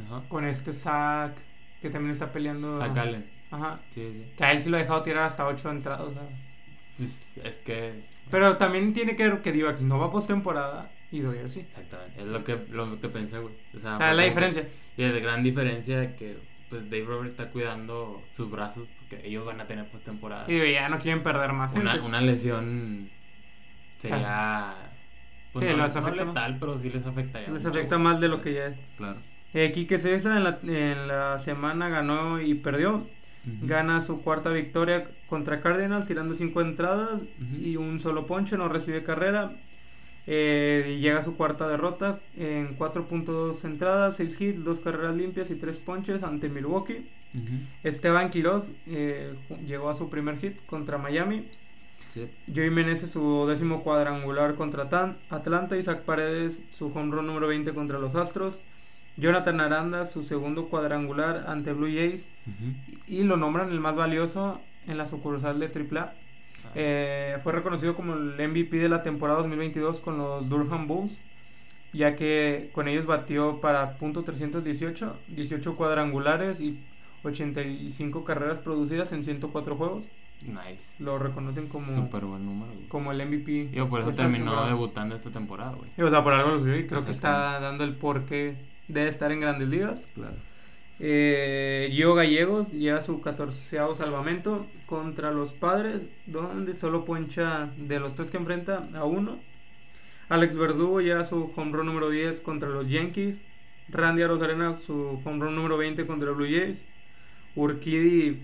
S2: Ajá.
S1: con este Zack que también está peleando.
S2: Sácale.
S1: Ajá.
S2: Sí, sí.
S1: Que a él sí lo ha dejado tirar hasta ocho entradas. o sea.
S2: Pues, es que.
S1: Pero también tiene que ver que Divax no va postemporada y Doyer sí.
S2: Exactamente. Es lo que, lo que pensé, güey. O sea, fue
S1: O sea, es Ah, la
S2: como que-
S1: diferencia.
S2: Y es de gran diferencia de que, pues, Dave Roberts está cuidando sus brazos porque ellos van a tener postemporada.
S1: Y ya no quieren perder más.
S2: ah. Una,
S1: gente.
S2: una lesión sería. Pues,
S1: Ah. Sí,
S2: no,
S1: les
S2: no
S1: afecta, ¿no?
S2: letal, pero sí les afectaría.
S1: Les
S2: mucho,
S1: afecta
S2: güey.
S1: más de lo que ya es.
S2: Claro.
S1: Eh, Quique César en la, en la semana ganó y perdió.
S2: Ujú.
S1: Gana su cuarta victoria contra Cardinals, tirando cinco entradas
S2: Ujú.
S1: y un solo ponche, no recibe carrera. Eh, y llega a su cuarta derrota en 4.2 entradas, 6 hits, 2 carreras limpias y 3 ponches ante Milwaukee.
S2: Ujú.
S1: Esteban Quiroz eh, ju- llegó a su primer hit contra Miami.
S2: Sí.
S1: Joey Meneses su décimo cuadrangular contra Tan- Atlanta, Isaac Paredes su home run número 20 contra los Astros, Jonathan Aranda su segundo cuadrangular ante Blue Jays
S2: Ujú.
S1: y y lo nombran el más valioso en la sucursal de AAA.
S2: Ah,
S1: Eh, fue reconocido como el MVP de la temporada 2022 con los Durham Bulls, ya que con ellos batió para punto .318, 18 cuadrangulares y 85 carreras producidas en 104 juegos.
S2: Nice.
S1: Lo reconocen como
S2: Súper buen número, güey.
S1: como el MVP.
S2: Digo, por eso
S1: de esta
S2: terminó
S1: temporada.
S2: debutando esta temporada, güey.
S1: Y, O sea, por algo lo subió y creo que está
S2: Exactamente.
S1: dando el porqué de estar en grandes ligas.
S2: Claro.
S1: Eh, Gio Gallegos lleva su 14 salvamento contra los padres, donde solo poncha de los tres que enfrenta a uno. Alex Verdugo lleva su home run número 10 contra los Yankees. Randy Arozarena su home run número 20 contra los Blue Jays. Urquidy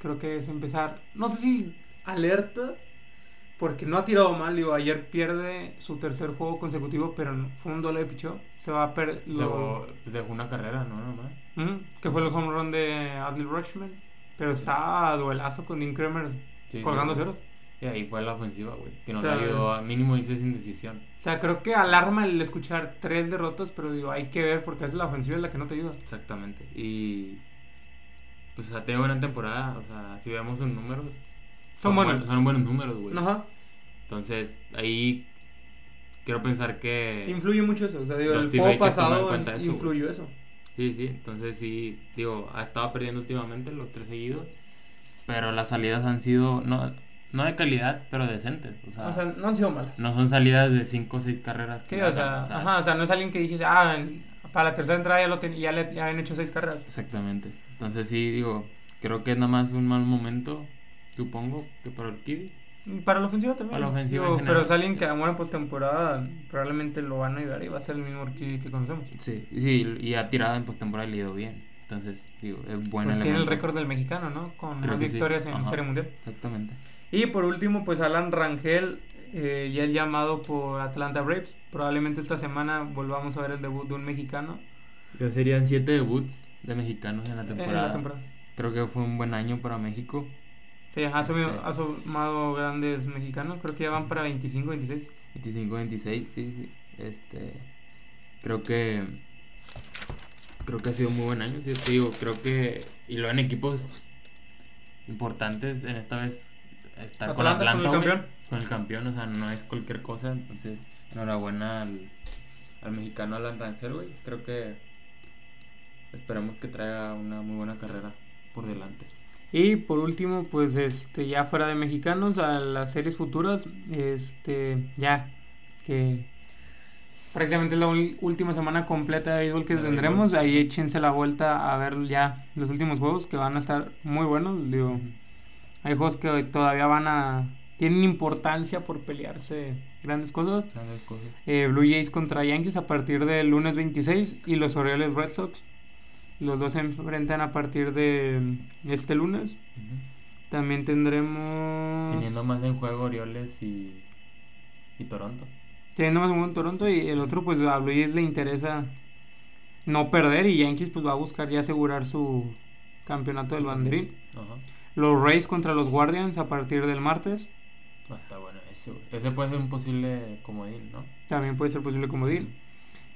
S1: creo que es empezar, no sé si alerta, porque no ha tirado mal. Digo, ayer pierde su tercer juego consecutivo, pero no- fue un duelo de pichó. Se va a perder.
S2: Se dejó, pues dejó una carrera, ¿no? Nomás.
S1: Ujú, Mm, que fue el home run de Adley Rushman. Pero está a duelazo con Dean Kramer
S2: Sí,
S1: colgando
S2: sí.
S1: ceros.
S2: Y ahí fue la ofensiva, güey. Que nos
S1: Claro.
S2: ayudó a mínimo irse sin decisión.
S1: O sea, creo que alarma el escuchar tres derrotas, pero digo, hay que ver porque es la ofensiva es la que no te ayuda.
S2: Exactamente. Y. Pues ha tenido buena temporada. O sea, si vemos sus números.
S1: Son buenos.
S2: Son buenos números, güey.
S1: Ajá.
S2: Entonces, ahí. Quiero pensar que.
S1: Influye mucho eso. O sea, digo,
S2: Eh, Los
S1: el
S2: TV
S1: juego
S2: hay que tomar en
S1: pasado
S2: cuenta eso,
S1: influyó eso.
S2: Sí, sí, entonces sí, digo, ha estado perdiendo últimamente los tres seguidos, pero las salidas han sido, no, no de calidad, pero decentes. O sea,
S1: O sea, no han sido malas.
S2: Ah. no son salidas de 5 o 6 carreras. que
S1: Sí, o
S2: hagan,
S1: sea, ajá, o sea, no es alguien que dijiste, ah, en- para la tercera entrada ya, lo ten- ya, le, ya han hecho seis carreras.
S2: Exactamente. Entonces sí, digo, creo que es nada más un mal momento, supongo, que para el Kid.
S1: Y Para la ofensiva también.
S2: Para la ofensiva
S1: Digo,
S2: en
S1: pero
S2: general.
S1: es alguien que a lo mejor en postemporada probablemente lo van a ayudar y va a ser el mismo Urquidy que conocemos.
S2: Sí, sí, y ha tirado en postemporada y le ha ido bien. Entonces, digo, es bueno.
S1: pues tiene el récord del mexicano, ¿no? Con más victorias en Serie Mundial.
S2: Exactamente.
S1: Y por último, pues Alan Rangel, eh, ya es llamado por Atlanta Braves. Probablemente esta semana volvamos a ver el debut de un mexicano
S2: Ya serían 7 debuts de mexicanos en la
S1: en
S2: temporada.
S1: la temporada.
S2: Creo que fue un buen año para México.
S1: Sí, ha
S2: Este-
S1: sumido- ha sumado grandes mexicanos, creo que ya van para 25, 26.
S2: 25-26, sí, sí. Este, creo que creo que ha sido un muy buen año, sí, te digo, creo que y lo en equipos importantes en esta vez estar con
S1: Atlanta, con
S2: Atlanta,
S1: el
S2: güey,
S1: campeón.
S2: con el campeón, o sea, no es cualquier cosa, entonces enhorabuena al, al mexicano Alan Rangel, güey. Creo que esperamos que traiga una muy buena carrera por delante.
S1: Y por último, pues este ya fuera de mexicanos a las series futuras, este ya que prácticamente es la ul- última semana completa de béisbol que
S2: De
S1: tendremos,
S2: béisbol.
S1: ahí échense la vuelta a ver ya los últimos juegos que van a estar muy buenos, digo, hay juegos que todavía van a tienen importancia por pelearse grandes cosas.
S2: Grandes cosas.
S1: Eh, Blue Jays contra Yankees a partir del lunes 26 y los Orioles Red Sox. Los dos se enfrentan a partir de mm, este lunes.
S2: Ujú.
S1: También tendremos.
S2: Teniendo más en juego Orioles y, y Toronto.
S1: teniendo más uno en Toronto y el otro, pues a Blue Jays le interesa no perder y Yankees, pues va a buscar ya asegurar su campeonato del banderín.
S2: Ajá.
S1: Los Rays contra los Guardians a partir del martes.
S2: Va a estar Ah, bueno ese, güey. Ese puede ser un posible comodín, ¿no?
S1: También puede ser posible comodín.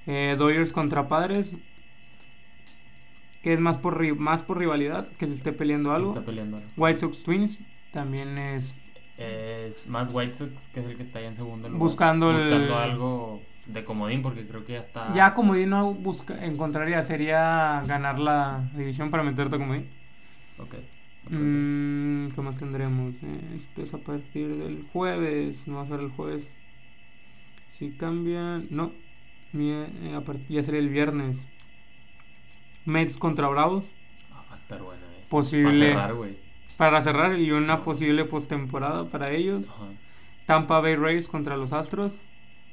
S1: Eh, Dodgers contra Padres. Que es más por, ri- más por rivalidad, que se esté peleando
S2: Que
S1: algo.
S2: Está peleando. algo.
S1: White Sox Twins también es
S2: Es más White Sox, que es el que está ahí en segundo lugar.
S1: Buscando el-
S2: Buscando algo de comodín, porque creo que ya está.
S1: Ya comodín no busca, encontraría, sería ganar la división para meterte a comodín.
S2: Ok. ok,
S1: Mm, ¿Qué más tendremos? Eh, Esto es a partir del jueves, no va a ser el jueves. Si cambian, no, Mie- eh, a part- ya sería el viernes. Mets contra Bravos
S2: ok. Ah, va a estar bueno ese.
S1: Posible.
S2: Para cerrar, güey.
S1: para cerrar y una posible postemporada para ellos.
S2: Ajá.
S1: Tampa Bay Rays contra los Astros,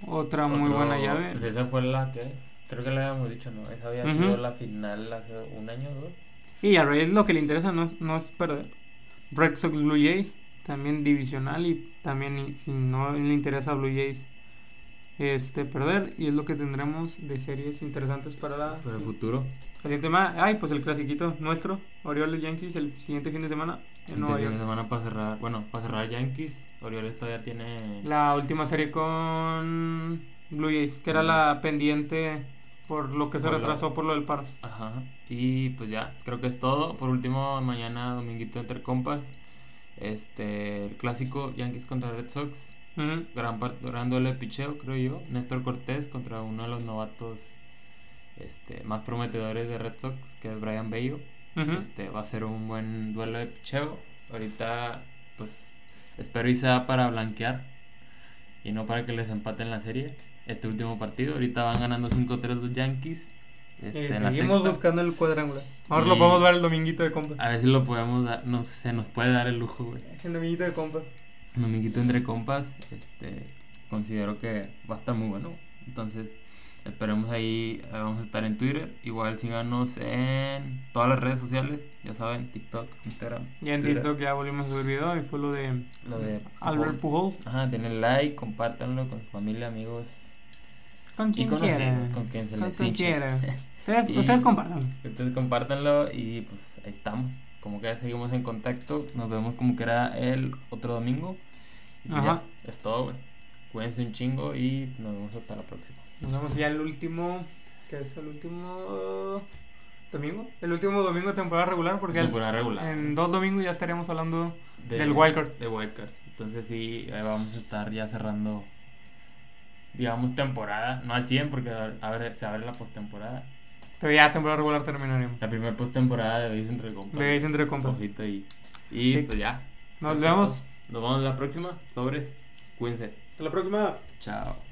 S1: otra muy
S2: Otro-
S1: buena llave.
S2: Pues esa fue la que. Creo que la habíamos dicho, ¿no? Esa había
S1: Ujú.
S2: sido la final hace un año o dos.
S1: Y a Rays lo que le interesa no es, no es perder. Red Sox Blue Jays, también divisional y también y- si no le interesa a Blue Jays este perder y es lo que tendremos de series interesantes para la
S2: Pero Pues el
S1: sí.
S2: futuro.
S1: siguiente semana. Ay, pues el clasiquito nuestro, Orioles Yankees el siguiente fin de semana en
S2: Este
S1: Nueva
S2: fin de
S1: York.
S2: semana para cerrar. Bueno, para cerrar Yankees. Orioles todavía tiene.
S1: La última serie con Blue Jays, que era la pendiente por lo que se
S2: Por la-
S1: retrasó por lo del paro.
S2: Ajá. Y pues ya, creo que es todo. Por último, mañana dominguito entre compas. Este, el clásico Yankees contra Red Sox.
S1: Ujú.
S2: Gran, par- gran duelo de picheo, creo yo. Néstor Cortés contra uno de los novatos este, más prometedores de Red Sox, que es Brian Bello.
S1: Ujú.
S2: Este, va a ser un buen duelo de picheo. Ahorita, pues, espero y sea para blanquear y no para que les empaten la serie. Este último partido, ahorita van ganando 5-3 los Yankees. Este,
S1: Eh,
S2: en la
S1: seguimos
S2: sexta.
S1: buscando el cuadrangular. Ahora
S2: Y-
S1: lo podemos ver el dominguito de compra.
S2: A ver si lo podemos dar, no, se nos puede dar el lujo, güey.
S1: El dominguito de compra.
S2: Un amiguito entre compas, este, considero que va a estar muy bueno. Entonces, esperemos ahí, eh, vamos a estar en Twitter. Igual síganos en todas las redes sociales, ya saben, TikTok, Instagram.
S1: Ya en
S2: Twitter.
S1: TikTok ya volvimos a subir video y fue lo de
S2: Lo de
S1: Albert Pujols.
S2: Ajá, denle like, compártanlo con su familia, amigos.
S1: Con quien
S2: conocidos,
S1: quiera.
S2: con quien se les
S1: quien
S2: hinche.
S1: quiera. Ustedes,
S2: Y-
S1: ustedes compartan.
S2: Entonces compártanlo y pues ahí estamos. Como que seguimos en contacto. Nos vemos como que era el otro domingo. Y pues
S1: Ajá.
S2: ya, es todo, güey. Cuídense un chingo y nos vemos hasta la próxima.
S1: Nos vemos ya el último. ¿Qué es el último domingo? El último domingo de temporada regular porque el-
S2: Temporada regular.
S1: en dos domingos ya estaríamos hablando del wildcard.
S2: De Wildcard. Entonces sí, ahí vamos a estar ya cerrando, digamos, temporada. No al 100 porque a- abre- se abre la postemporada.
S1: Pero ya temporada regular terminaremos.
S2: La primera postemporada de Béis entre compas.
S1: De Béis Entre Compas.
S2: Ojito Y, y
S1: Sí.
S2: pues ya.
S1: Nos
S2: Perfecto.
S1: vemos. Nos vemos la próxima. Sobres. Cuídense.
S2: Hasta la próxima.
S1: Chao.